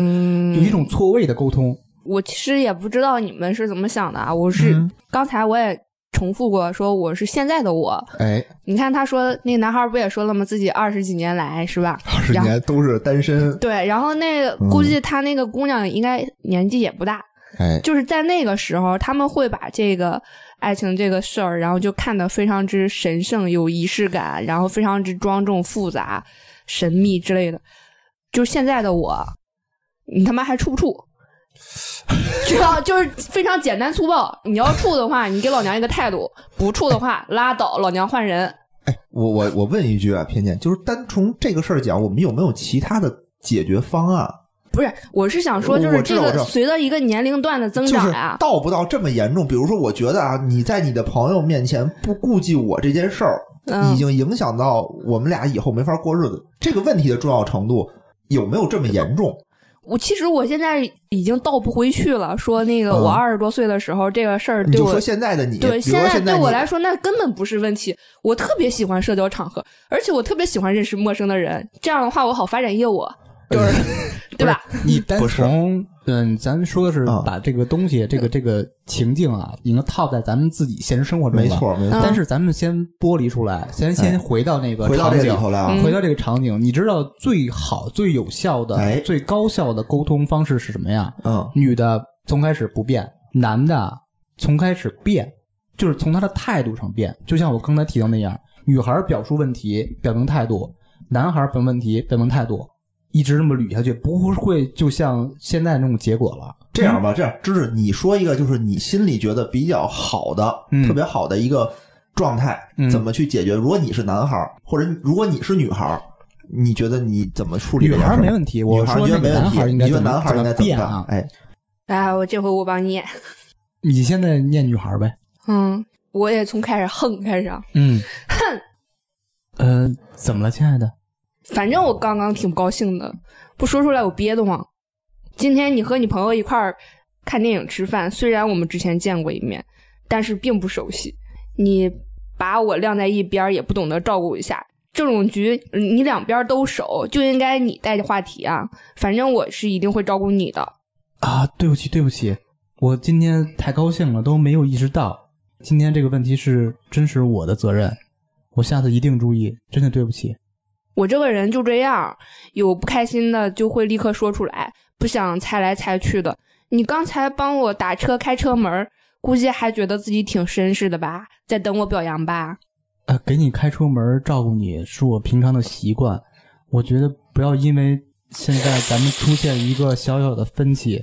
Speaker 1: 有一种错位的沟通。
Speaker 5: 嗯我其实也不知道你们是怎么想的啊，我是、
Speaker 2: 嗯
Speaker 5: 刚才我也重复过，说我是现在的我，
Speaker 2: 哎，
Speaker 5: 你看，他说那个男孩不也说了吗？自己二十几年来是吧？
Speaker 2: 二十
Speaker 5: 然后
Speaker 2: 年都是单身，
Speaker 5: 对，然后那个
Speaker 2: 嗯
Speaker 5: 估计他那个姑娘应该年纪也不大，
Speaker 2: 哎，
Speaker 5: 就是在那个时候，他们会把这个爱情这个事儿，然后就看得非常之神圣、有仪式感，然后非常之庄重、复杂、神秘之类的。就是现在的我，你他妈还处不处？ (laughs) 只要就是非常简单粗暴，你要处的话，你给老娘一个态度；不处的话，拉倒，老娘换人。
Speaker 2: 我我我问一句啊，偏见，就是单从这个事儿讲，我们有没有其他的解决方案？
Speaker 5: 不是，我是想说，就
Speaker 2: 我
Speaker 5: 是
Speaker 2: 知
Speaker 5: 这
Speaker 2: 道我知
Speaker 5: 个
Speaker 2: 道
Speaker 5: 随着一个年龄段的增
Speaker 2: 就是
Speaker 5: 长呀、
Speaker 2: 到不到这么严重。比如说，我觉得啊，你在你的朋友面前不顾忌我这件事儿，
Speaker 5: 嗯
Speaker 2: 已经影响到我们俩以后没法过日子。这个问题的重要程度有没有这么严重？
Speaker 5: 我其实我现在已经倒不回去了。说那个我
Speaker 2: 嗯
Speaker 5: 二十多岁的时候，这个事儿
Speaker 2: 你
Speaker 5: 对
Speaker 2: 就
Speaker 5: 我
Speaker 2: 说现在的你，比
Speaker 5: 对，
Speaker 2: 如说
Speaker 5: 在
Speaker 2: 现
Speaker 5: 对
Speaker 2: 在
Speaker 5: 我
Speaker 2: 你
Speaker 5: 来说那根本不是问题。我特别喜欢社交场合，而且我特别喜欢认识陌生的人。这样的话，我好发展业务，
Speaker 2: (laughs)
Speaker 5: 就是、对吧？
Speaker 1: 你单
Speaker 2: 不是
Speaker 1: 从嗯，咱们说的是
Speaker 2: 啊
Speaker 1: 把这个东西、这个这个情境啊，已经套在咱们自己现实生活中了。
Speaker 2: 没。错，
Speaker 5: 嗯
Speaker 2: 没错。
Speaker 1: 但是咱们先剥离出来，先先回到那个
Speaker 2: 回到
Speaker 1: 场
Speaker 2: 这里
Speaker 1: 景，
Speaker 2: 头来啊，
Speaker 1: 回到这个场景，你知道最好、最有效的、
Speaker 2: 哎
Speaker 1: 最高效的沟通方式是什么呀？
Speaker 2: 嗯，
Speaker 1: 女的从开始不变，男的从开始变，就是从他的态度上变。就像我刚才提到那样，女孩表述问题表明态度，男孩表明问题表明态度，一直这么捋下去，不会就像现在那种结果了。
Speaker 2: 这样吧，这样就是你说一个，就是你心里觉得比较好的、
Speaker 1: 嗯
Speaker 2: 特别好的一个状态，
Speaker 1: 嗯
Speaker 2: 怎么去解决？如果你是男孩儿，或者如果你是女孩儿，你觉得你怎么处理
Speaker 1: 女
Speaker 2: 这件事
Speaker 1: 孩
Speaker 2: 儿？
Speaker 1: 儿没问题，我
Speaker 2: 女孩儿
Speaker 1: 说
Speaker 2: 觉
Speaker 1: 那
Speaker 2: 得
Speaker 1: 个男
Speaker 2: 没问题
Speaker 1: 孩儿应
Speaker 2: 你
Speaker 1: 该
Speaker 2: 觉得
Speaker 1: 怎
Speaker 2: 男
Speaker 1: 么
Speaker 2: 孩儿应该怎
Speaker 1: 变
Speaker 2: 么办
Speaker 1: 啊？
Speaker 2: 哎，
Speaker 5: 哎，我这回我帮你演。
Speaker 1: 你现在念女孩儿呗？
Speaker 5: 嗯，我也从开始横开始啊，
Speaker 1: 嗯，
Speaker 5: 哼，
Speaker 1: 呃，怎么了，亲爱的？
Speaker 5: 反正我刚刚挺不高兴的，不说出来我憋得慌。今天你和你朋友一块儿看电影吃饭，虽然我们之前见过一面，但是并不熟悉。你把我晾在一边儿，也不懂得照顾一下。这种局嗯你两边儿都熟，就应该你带着话题啊。反正我是一定会照顾你的。
Speaker 1: 啊，对不起，对不起，我今天太高兴了，都没有意识到，今天这个问题是真是我的责任，我下次一定注意，真的对不起。
Speaker 5: 我这个人就这样，有不开心的就会立刻说出来，不想猜来猜去的。你刚才帮我打车开车门儿，估计还觉得自己挺绅士的吧，在等我表扬吧？
Speaker 1: 呃，给你开车门照顾你是我平常的习惯，我觉得不要因为现在咱们出现一个小小的分歧，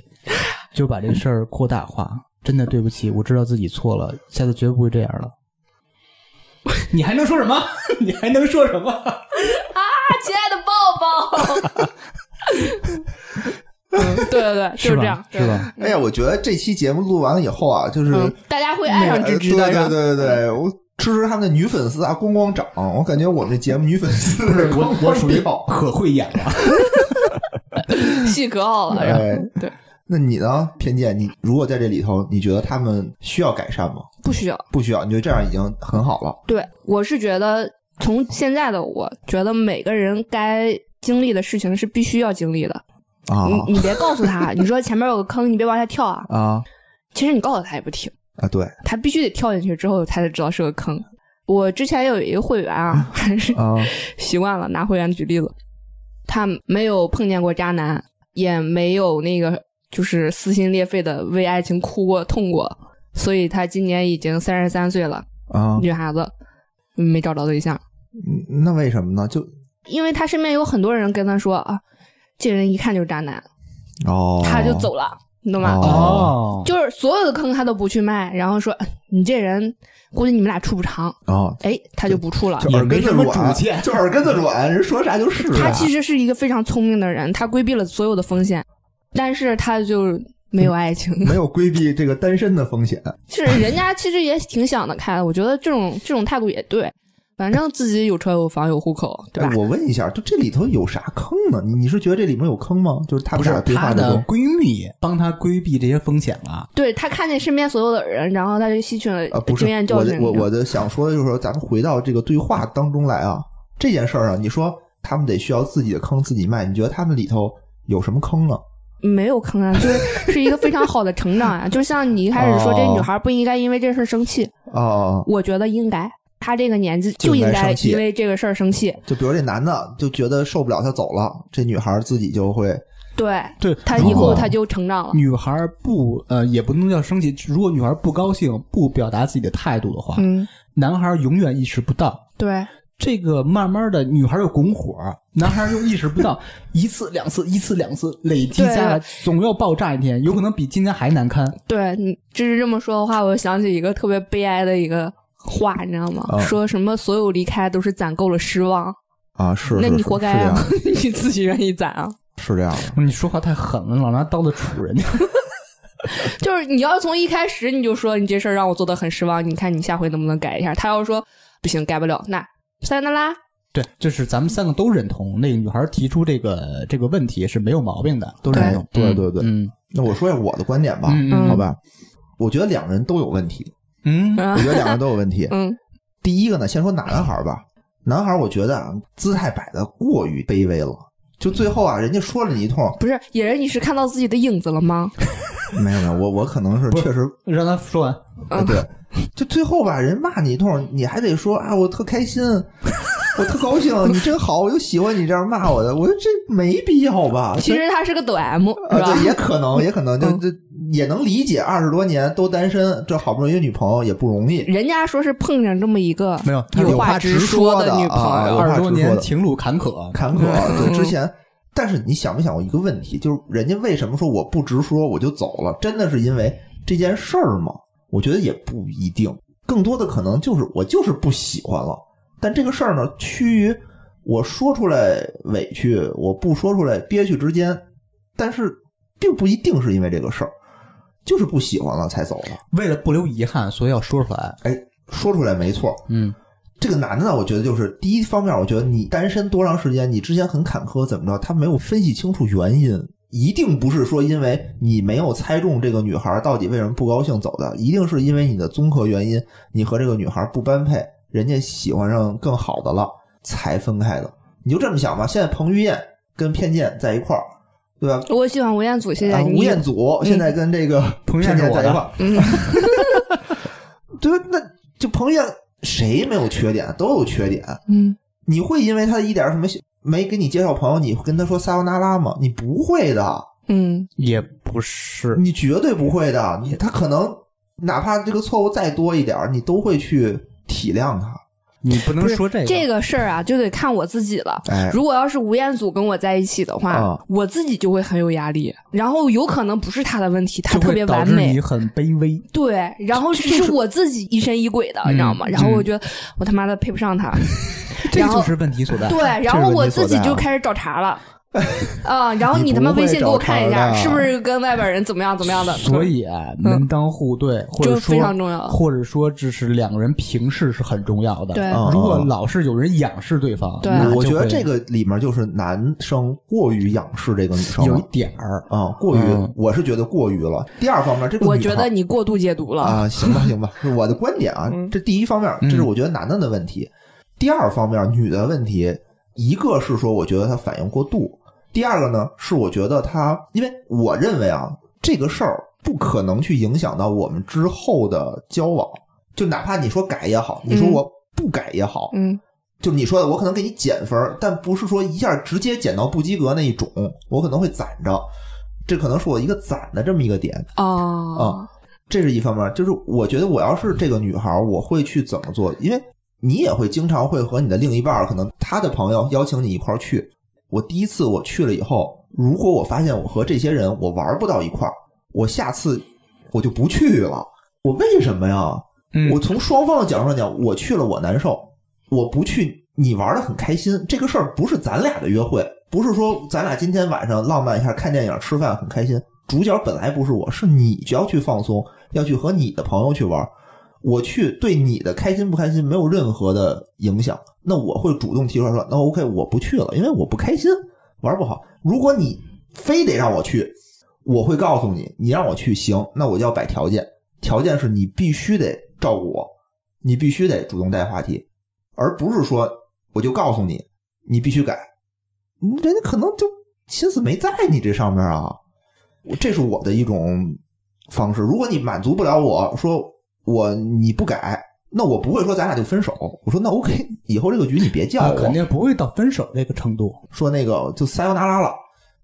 Speaker 1: 就把这事儿扩大化。真的对不起，我知道自己错了，下次绝不会这样了。 (laughs) 你还能说什么？ (laughs) 你还能说什么？
Speaker 5: 啊，亲爱的抱抱。嗯，对对对，就是
Speaker 1: 吧
Speaker 5: 这样，
Speaker 1: 是吧？
Speaker 2: 哎呀，我觉得这期节目录完了以后啊，就是、
Speaker 5: 嗯，大家会爱
Speaker 2: 那
Speaker 5: 上
Speaker 2: 个
Speaker 5: 芝芝的，
Speaker 2: 哎对
Speaker 5: 是吧
Speaker 2: 对对对对，我支持他们的女粉丝啊，咣咣涨！我感觉我们这节目女粉丝 (laughs) 咣咣飙
Speaker 1: 可会演了。
Speaker 5: 戏可好了，然后
Speaker 2: 哎，
Speaker 5: 对，
Speaker 2: 那你呢？偏见，你如果在这里头，你觉得他们需要改善吗？
Speaker 5: 不需要。
Speaker 2: 不需要，你觉得这样已经很好了。
Speaker 5: 对，我是觉得从现在的我觉得每个人该经历的事情是必须要经历的，
Speaker 2: 啊
Speaker 5: 你你别告诉他，你说前面有个坑，你别往下跳啊。
Speaker 2: 啊
Speaker 5: 其实你告诉他也不听，
Speaker 2: 啊！对
Speaker 5: 他必须得跳进去之后，他才知道是个坑。我之前有一个会员啊，还是
Speaker 2: 啊，
Speaker 5: (laughs) 习惯了拿会员举例子，他没有碰见过渣男，也没有那个就是撕心裂肺的为爱情哭过痛过，所以他今年已经三十三岁了，
Speaker 2: 啊，
Speaker 5: 女孩子没找着对象，
Speaker 2: 嗯那为什么呢？就
Speaker 5: 因为他身边有很多人跟他说啊，这人一看就是渣男，
Speaker 2: 哦，
Speaker 5: 他就走了，你懂吗？
Speaker 2: 哦
Speaker 5: 就是所有的坑他都不去迈，然后说哎你这人估计你们俩处不长，
Speaker 2: 啊，
Speaker 5: 哎，他就不处了
Speaker 2: 就。
Speaker 1: 也
Speaker 2: 耳根
Speaker 1: 没
Speaker 2: 子
Speaker 1: 什么
Speaker 2: 软
Speaker 1: 主见，
Speaker 2: (laughs) 就耳根子软，人说啥就是啊。
Speaker 5: 他其实是一个非常聪明的人，他规避了所有的风险，但是他就没有爱情。 (laughs)
Speaker 2: 没有规避这个单身的风险。
Speaker 5: 是人家其实也挺想得开的，我觉得这种这种态度也对，反正自己有车有房有户口，对吧
Speaker 2: 哎？我问一下，就这里头有啥坑呢？你你是觉得这里面有坑吗？就是他
Speaker 1: 不
Speaker 2: 们
Speaker 1: 是
Speaker 2: 俩对
Speaker 1: 她
Speaker 2: 话
Speaker 1: 的
Speaker 2: 中，
Speaker 1: 闺蜜帮她规避这些风险了。
Speaker 5: 对他看见身边所有的人，然后他就吸取了
Speaker 2: 呃，不是
Speaker 5: 经验教
Speaker 2: 我
Speaker 5: 训
Speaker 2: 的，。我我的想说的就是说，咱们回到这个对话当中来啊，这件事儿啊，你说他们得需要自己的坑自己迈，你觉得他们里头有什么坑呢？
Speaker 5: 没有坑啊，就是 (laughs) 是一个非常好的成长啊呀、就像你一开始说，
Speaker 2: 哦
Speaker 5: 这女孩不应该因为这事儿生气，
Speaker 2: 哦、
Speaker 5: 我觉得应该，他这个年纪就应
Speaker 2: 就应该
Speaker 5: 该
Speaker 2: 生气
Speaker 5: 因为这个事儿生气。
Speaker 2: 就比如这男的就觉得受不了，他走了，这女孩自己就会
Speaker 5: 对
Speaker 1: 对
Speaker 5: 他以后
Speaker 2: 哦
Speaker 5: 他就成长了。
Speaker 1: 女孩不呃，也不能叫生气。如果女孩不高兴，不表达自己的态度的话，
Speaker 5: 嗯，
Speaker 1: 男孩永远意识不到。
Speaker 5: 对，
Speaker 1: 这个慢慢的，女孩又拱火，男孩又意识不到，一次两次，一次两次累积下来，总要爆炸一天，有可能比今天还难堪。
Speaker 5: 对你就是这么说的话，我想起一个特别悲哀的一个话，你知道吗？
Speaker 2: 啊
Speaker 5: 说什么所有离开都是攒够了失望，
Speaker 2: 啊，是
Speaker 5: (laughs) 那你活该啊
Speaker 2: 啊，！
Speaker 5: 你自己愿意攒啊？
Speaker 2: 是这样的。
Speaker 1: 你说话太狠了，老拿刀子杵人家。
Speaker 5: 就是你要从一开始你就说你这事儿让我做的很失望，你看你下回能不能改一下？他要说不行，改不了，那塞那拉，
Speaker 1: 对，就是咱们三个都认同，那个女孩提出这个这个问题是没有毛病的，
Speaker 2: 都是那种，对对对。
Speaker 1: 嗯
Speaker 2: 那我说一下我的观点吧，
Speaker 1: 嗯
Speaker 2: 好吧？我觉得两人都有问题，
Speaker 1: 嗯
Speaker 2: 我觉得两人都有问题。
Speaker 5: (laughs) 嗯
Speaker 2: 第一个呢，先说男孩吧，男孩我觉得啊，姿态摆的过于卑微了，就最后啊，人家说了你一通，
Speaker 5: 不是野人，你是看到自己的影子了吗？
Speaker 2: 没有没有，我我可能是
Speaker 1: 不是
Speaker 2: 确实
Speaker 1: 让他说完。
Speaker 5: 啊
Speaker 2: 哎，对， (laughs) 就最后吧，人骂你一通，你还得说啊，我特开
Speaker 5: (laughs)
Speaker 2: 心，我特高兴，你真好，我就喜欢你这样骂我的，我说这没必要吧？
Speaker 5: 其实他是个抖 M，
Speaker 2: 啊，
Speaker 5: 是吧？嗯
Speaker 2: 对，也可能，也可能，就就也能理解，二十多年都单身，这好不容易有女朋友也不容易。
Speaker 5: 人家说是碰上这么一个
Speaker 1: 没有他
Speaker 2: 有
Speaker 5: 有
Speaker 2: 话直
Speaker 5: 直
Speaker 2: 说的
Speaker 5: 的女朋
Speaker 2: 啊
Speaker 5: 友，
Speaker 2: 有话
Speaker 1: 二十多
Speaker 2: 直说
Speaker 1: 年
Speaker 2: 的
Speaker 1: 情路坎坷，
Speaker 2: 坎坷，啊对
Speaker 5: 嗯
Speaker 2: 之前。但是你想没想过一个问题，就是人家为什么说我不直说我就走了？真的是因为这件事儿吗？我觉得也不一定，更多的可能就是我就是不喜欢了。但这个事儿呢，趋于我说出来委屈，我不说出来憋屈之间，但是并不一定是因为这个事儿，就是不喜欢了才走了。
Speaker 1: 为了不留遗憾，所以要说出来。
Speaker 2: 哎，说出来没错，
Speaker 1: 嗯
Speaker 2: 这个男的呢，我觉得就是第一方面，我觉得你单身多长时间，你之前很坎坷怎么着，他没有分析清楚原因，一定不是说因为你没有猜中这个女孩到底为什么不高兴走的，一定是因为你的综合原因，你和这个女孩不般配，人家喜欢上更好的了才分开的。你就这么想吧，现在彭于晏跟偏见在一块儿，对吧？
Speaker 5: 我喜欢吴彦祖，谢谢
Speaker 2: 啊，吴
Speaker 5: 你。嗯
Speaker 2: 彦祖现在跟这个
Speaker 1: (laughs) 彭啊于
Speaker 2: 于
Speaker 1: 晏
Speaker 2: 晏
Speaker 1: 是我
Speaker 2: 在一
Speaker 1: 的
Speaker 2: 块儿， (laughs) 对吧？那就彭于晏谁没有缺点，都有缺点。
Speaker 5: 嗯，
Speaker 2: 你会因为他一点什么没给你介绍朋友，你会跟他说撒由那拉吗？你不会的，
Speaker 5: 嗯，
Speaker 1: 也不是，
Speaker 2: 你绝对不会的。你他可能哪怕这个错误再多一点儿，你都会去体谅他。
Speaker 1: 你不能
Speaker 5: 不是
Speaker 1: 说这个。
Speaker 5: 这个事儿啊，就得看我自己了。
Speaker 2: 哎，
Speaker 5: 如果要是吴彦祖跟我在一起的话，
Speaker 2: 啊
Speaker 5: 我自己就会很有压力，然后有可能不是他的问题，他
Speaker 1: 就
Speaker 5: 特
Speaker 1: 会
Speaker 5: 别
Speaker 1: 导
Speaker 5: 完
Speaker 1: 致
Speaker 5: 美
Speaker 1: 你，很卑微。
Speaker 5: 对，然后是我自己疑神疑鬼的，
Speaker 1: 嗯
Speaker 5: 你知道吗？然后
Speaker 1: 嗯
Speaker 5: 我觉得我他妈的配不上他，
Speaker 1: 这
Speaker 5: 然后
Speaker 1: 就是问题所在。
Speaker 5: 对，然后我自己就开始找茬了。啊，然后
Speaker 2: 你
Speaker 5: 你他
Speaker 2: 不
Speaker 5: 妈
Speaker 2: 会
Speaker 5: 微信给我看
Speaker 2: 找
Speaker 5: 一
Speaker 2: 茬
Speaker 5: 下，
Speaker 2: 的
Speaker 5: 是不是跟外边人怎么样怎么样的？嗯
Speaker 1: 所以啊，门当户对，或者
Speaker 5: 就
Speaker 1: 说
Speaker 5: 非常重要
Speaker 1: 或者说这是两个人平视是很重要的。
Speaker 5: 对
Speaker 2: 啊
Speaker 5: 哦
Speaker 1: 如果老是有人仰视对方，
Speaker 5: 对
Speaker 1: 那就
Speaker 2: 我觉得
Speaker 1: 会
Speaker 2: 这个里面就是男生过于仰视这个女生
Speaker 1: 有
Speaker 2: 了
Speaker 1: 一点儿。
Speaker 2: 啊、过于、
Speaker 1: 嗯
Speaker 2: 我是觉得过于了。第二方面，这个
Speaker 5: (laughs) 我
Speaker 2: 女
Speaker 5: 觉
Speaker 2: 孩
Speaker 5: 得你过度解读了，
Speaker 2: 啊，行吧，行吧，是我的观点啊。这第一方面，这是我觉得男的的问题；第二方面，女的问题，一个是说我觉得她反应过度，第二个呢是我觉得她，因为我认为啊，这个事儿不可能去影响到我们之后的交往，就哪怕你说改也好，你说我不改也好，
Speaker 5: 嗯，
Speaker 2: 就你说的，我可能给你减分儿，但不是说一下直接减到不及格那一种，我可能会攒着，这可能是我一个攒的这么一个点。
Speaker 5: 哦
Speaker 2: 啊，这是一方面，就是我觉得我要是这个女孩儿，我会去怎么做？因为你也会经常会和你的另一半儿，可能他的朋友邀请你一块儿去。我第一次我去了以后，如果我发现我和这些人我玩不到一块儿，我下次我就不去了。我为什么呀？
Speaker 1: 嗯
Speaker 2: 我从双方的角度上讲，我去了我难受，我不去你玩的很开心。这个事儿不是咱俩的约会，不是说咱俩今天晚上浪漫一下看电影吃饭很开心。主角本来不是我，是你就要去放松，要去和你的朋友去玩。我去对你的开心不开心没有任何的影响，那我会主动提出来说，那 OK 我不去了，因为我不开心，玩不好。如果你非得让我去，我会告诉你，你让我去行，那我就要摆条件，条件是你必须得照顾我，你必须得主动带话题，而不是说我就告诉你，你必须改，嗯人家可能就心思没在你这上面啊。我这是我的一种方式。如果你满足不了我，说我你不改，那我不会说咱俩就分手。我说那 OK，以后这个局你别叫
Speaker 1: 啊
Speaker 2: 我，
Speaker 1: 肯定不会到分手这个程度，
Speaker 2: 说那个就撒由那拉了，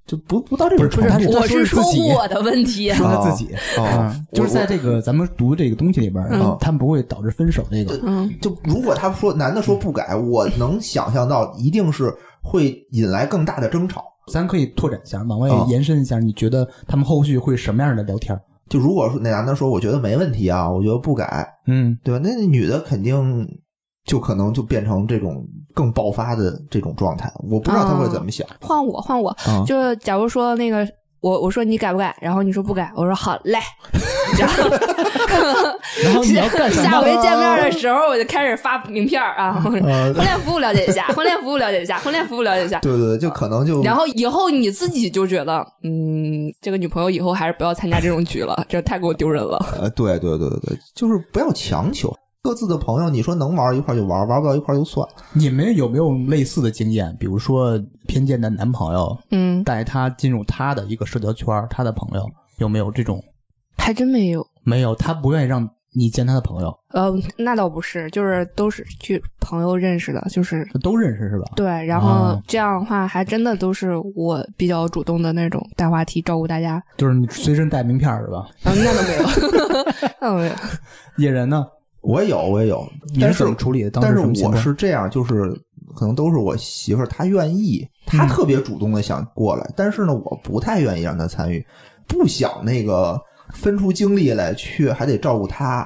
Speaker 2: 就不不到这种
Speaker 1: 不
Speaker 2: 程
Speaker 1: 是
Speaker 2: 度。
Speaker 1: 他哦是
Speaker 5: 我
Speaker 1: 说
Speaker 5: 是
Speaker 1: 自
Speaker 5: 说
Speaker 1: 己
Speaker 5: 我的问题， (laughs)
Speaker 1: 说他自己
Speaker 2: 哦
Speaker 1: 啊
Speaker 2: 哦，
Speaker 1: 就是在这个咱们读这个东西里边
Speaker 2: 嗯，
Speaker 1: 他们不会导致分手这个。
Speaker 5: 嗯，
Speaker 2: 就如果他说男的说不改，我能想象到一定是会引来更大的争吵。
Speaker 1: 咱可以拓展一下，往外
Speaker 2: 啊
Speaker 1: 延伸一下，你觉得他们后续会什么样的聊天？
Speaker 2: 就如果说那男的说我觉得没问题啊，我觉得不改，
Speaker 1: 嗯，
Speaker 2: 对吧？那那女的肯定就可能就变成这种更爆发的这种状态。我不知道他会怎么想
Speaker 5: 换我，换我，
Speaker 1: 嗯
Speaker 2: 啊。
Speaker 5: 就假如说那个我我说你改不改，然后你说不改，我说好嘞， (laughs) 然后
Speaker 1: (laughs) 然后你要干
Speaker 2: (laughs)
Speaker 1: 什
Speaker 5: 下
Speaker 1: 么？
Speaker 5: 回见面的时候我就开始发名片儿啊，婚
Speaker 2: 呃
Speaker 5: 恋服务了解一下，婚恋服务了解一下，婚恋服务了解一下。
Speaker 2: 对对对，就可能就
Speaker 5: (laughs) 然后以后你自己就觉得，嗯，这个女朋友以后还是不要参加这种局了，这太给我丢人了。
Speaker 2: 呃，对对对对对，就是不要强求各自的朋友，你说能玩一块儿就玩，玩不到一块儿就算。
Speaker 1: 你们有没有类似的经验？比如说偏见的男朋友
Speaker 5: 嗯，
Speaker 1: 带她进入他的一个社交圈儿，他的朋友有没有这种？
Speaker 5: 还真没有。
Speaker 1: 没有，他不愿意让你见他的朋友，
Speaker 5: 呃， (laughs) 那倒不是，就是都是去朋友认识的，就是
Speaker 1: 都认识是吧？
Speaker 5: 对，然后
Speaker 2: 哦
Speaker 1: 啊
Speaker 5: 这样的话，还真的都是我比较主动的那种带话题，照顾大
Speaker 2: (laughs)
Speaker 5: 家。
Speaker 1: 就是你随身带名片儿是吧？
Speaker 5: 嗯，那倒没有，那倒没有。
Speaker 1: 野人呢？
Speaker 2: 我也有，我也有，
Speaker 1: 你
Speaker 2: 但
Speaker 1: 是怎么处理的？当时
Speaker 2: 但是
Speaker 1: 什么情
Speaker 2: 我
Speaker 1: 况
Speaker 2: 是这样，就是可能都是我媳妇儿她愿意，她
Speaker 1: 嗯
Speaker 2: 特别主动的想过来，但是呢，我不太愿意让她参与，不想那个分出精力来去还得照顾她，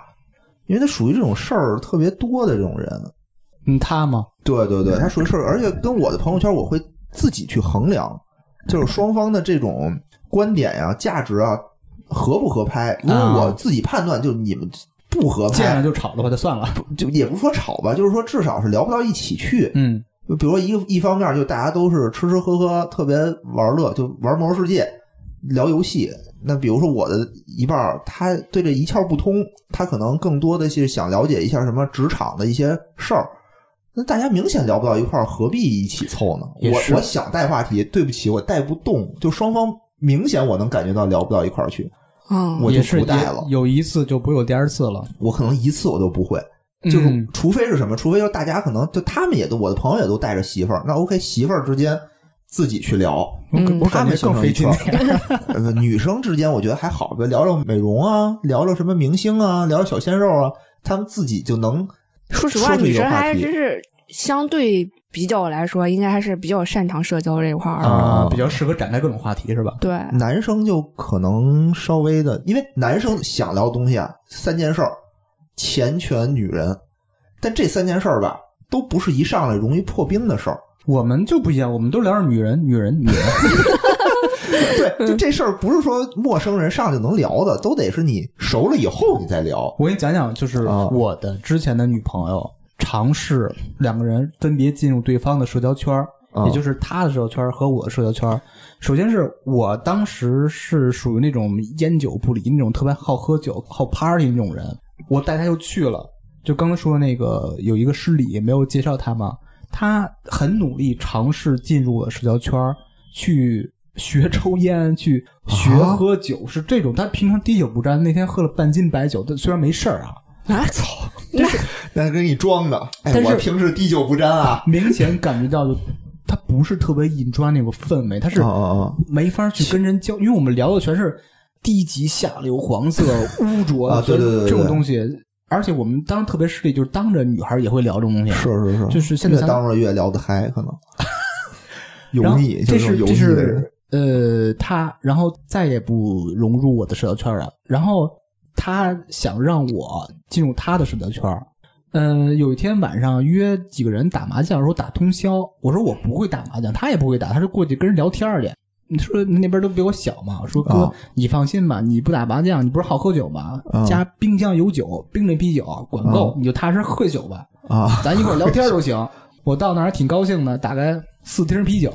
Speaker 2: 因为她属于这种事儿特别多的这种人。
Speaker 1: 嗯他吗？
Speaker 2: 对对对，她属于事儿，而且跟我的朋友圈我会自己去衡量，就是双方的这种观点呀、价值啊合不合拍。如果我自己判断，就你们不合
Speaker 1: 啊见了
Speaker 2: 拍，
Speaker 1: 就吵的话就算了。
Speaker 2: 就也不是说吵吧，就是说至少是聊不到一起去。
Speaker 1: 嗯，
Speaker 2: 就比如说一个一方面就大家都是吃吃喝喝，特别玩乐，就玩魔兽世界，聊游戏。那比如说我的一半儿，他对这一窍不通，他可能更多的是想了解一下什么职场的一些事儿。那大家明显聊不到一块儿，何必一起凑呢？
Speaker 1: 也是
Speaker 2: 我我想带话题，对不起，我带不动。就双方明显我能感觉到聊不到一块儿去，
Speaker 5: 嗯，
Speaker 2: 我就
Speaker 1: 也是
Speaker 2: 不带
Speaker 1: 也
Speaker 2: 了。
Speaker 1: 有一次就不会有第二次了。
Speaker 2: 我可能一次我都不会。就是
Speaker 1: 嗯
Speaker 2: 除非是什么，除非就是大家可能就他们也都，我的朋友也都带着媳妇儿，那 OK，媳妇儿之间自己去聊，
Speaker 1: 我感
Speaker 5: 嗯
Speaker 1: 我
Speaker 2: 他
Speaker 1: 感觉
Speaker 2: 们形
Speaker 1: 更
Speaker 2: 成一
Speaker 1: 费劲
Speaker 2: 圈。儿。 (laughs) 呃女生之间我觉得还好，比如聊聊美容啊，聊聊什么明星啊，聊聊小鲜肉啊，他们自己就能
Speaker 5: 说实话，
Speaker 2: 说出
Speaker 5: 女
Speaker 2: 一个
Speaker 5: 生
Speaker 2: 话
Speaker 5: 还
Speaker 2: 题
Speaker 5: 真是相对比较来说，应该还是比较擅长社交这一块儿的。
Speaker 2: 啊嗯
Speaker 1: 比较适合展开各种话题是吧？
Speaker 5: 对，
Speaker 2: 男生就可能稍微的，因为男生想聊的东西啊，三件事儿：钱、权、女人。但这三件事儿吧，都不是一上来容易破冰的事儿。
Speaker 1: 我们就不一样，我们都聊着女人，女人，女人。
Speaker 2: 对，
Speaker 1: 嗯
Speaker 2: 就这事儿不是说陌生人上就能聊的，都得是你熟了以后你再聊。
Speaker 1: 我给你讲讲，就是
Speaker 2: 啊
Speaker 1: 我的之前的女朋友尝试两个人分别进入对方的社交圈儿，
Speaker 2: 啊
Speaker 1: 也就是她的社交圈儿和我的社交圈儿。首先是我当时是属于那种烟酒不离、那种特别好喝酒、好 party 那种人，我带她就去了。就刚才说那个有一个失礼没有介绍她嘛，她很努力尝试进入了社交圈儿，去学抽烟，去学
Speaker 2: 啊
Speaker 1: 喝酒，是这种。她平常滴酒不沾，那天喝了半斤白酒，但虽然没事儿啊，
Speaker 2: (laughs)
Speaker 5: 啊，
Speaker 2: 那给你装的，哎
Speaker 1: 但，是
Speaker 2: 我平时滴酒不沾啊。
Speaker 1: 明显感觉到就他不是特别引抓那个氛围，他是
Speaker 2: 哦
Speaker 1: 没法去跟人交，因为我们聊的全是低级下流、黄
Speaker 2: (laughs)
Speaker 1: 色、污浊
Speaker 2: 啊对对对对对
Speaker 1: 这种东西。而且我们当时特别势利，就是当着女孩也会聊这种东西，
Speaker 2: 是是是，
Speaker 1: 就是现在
Speaker 2: 越
Speaker 1: 咱
Speaker 2: 当着越聊得嗨，可能
Speaker 1: (laughs) 然
Speaker 2: 油
Speaker 1: 后
Speaker 2: 腻，就
Speaker 1: 这
Speaker 2: 种
Speaker 1: 是
Speaker 2: 油
Speaker 1: 这
Speaker 2: 腻的人
Speaker 1: 是呃，他然后再也不融入我的社交圈了。然后他想让我进入他的社交圈。呃，有一天晚上约几个人打麻将，说打通宵。我说我不会打麻将，他也不会打，他就过去跟人聊天儿去。你说那边都比我小嘛？我说哥，
Speaker 2: 啊
Speaker 1: 你放心吧，你不打麻将，你不是好喝酒吗？
Speaker 2: 啊
Speaker 1: 家冰箱有酒，冰镇啤酒管够，
Speaker 2: 啊
Speaker 1: 你就踏实喝酒吧。
Speaker 2: 啊。
Speaker 1: 咱一块儿聊天儿都行。我到那儿还挺高兴的，打开四听啤酒。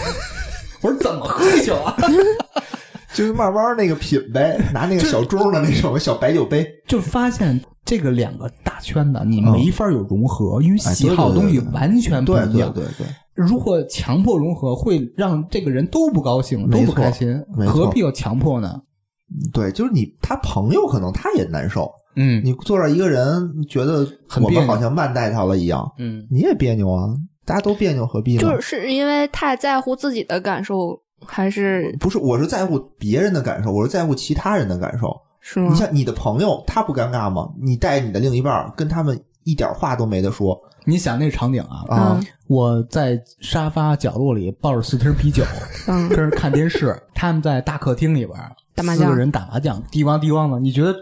Speaker 1: (laughs) 我说怎么喝酒啊？
Speaker 2: 就是慢慢那个品 (laughs) 呗，拿那个小盅的那种小白酒杯，
Speaker 1: (laughs) 就发现这个两个大圈子啊你没法有融合，因为喜好的东西完全不
Speaker 2: 对
Speaker 1: 一
Speaker 2: 对
Speaker 1: 样。
Speaker 2: 对对，
Speaker 1: 如果强迫融合，会让这个人都不高兴，都
Speaker 2: 没
Speaker 1: 不
Speaker 2: 错
Speaker 1: 开心，
Speaker 2: 没错
Speaker 1: 何必要强迫呢？
Speaker 2: 对，就是你他朋友可能他也难受，
Speaker 1: 嗯
Speaker 2: 你坐这一个人，觉得
Speaker 1: 很
Speaker 2: 我
Speaker 1: 别
Speaker 2: 们
Speaker 1: 扭
Speaker 2: 好像慢待他了一样，
Speaker 1: 嗯，
Speaker 2: 你也别扭啊，大家都别扭，何必呢？
Speaker 5: 就是是因为太在乎自己的感受，还是
Speaker 2: 不是，我是在乎别人的感受，我是在乎其他人的感受。
Speaker 5: 是吗
Speaker 2: 你？像你的朋友，他不尴尬吗？你带你的另一半儿跟他们一点话都没得说
Speaker 1: 你想那场景啊，
Speaker 2: 啊
Speaker 5: 嗯
Speaker 1: 我在沙发角落里抱着四听啤酒，
Speaker 5: 嗯
Speaker 1: 跟人看电视，他们在大客厅里边儿
Speaker 5: 打麻
Speaker 1: 四
Speaker 5: 将
Speaker 1: 个人打麻将，滴汪滴汪的。你觉得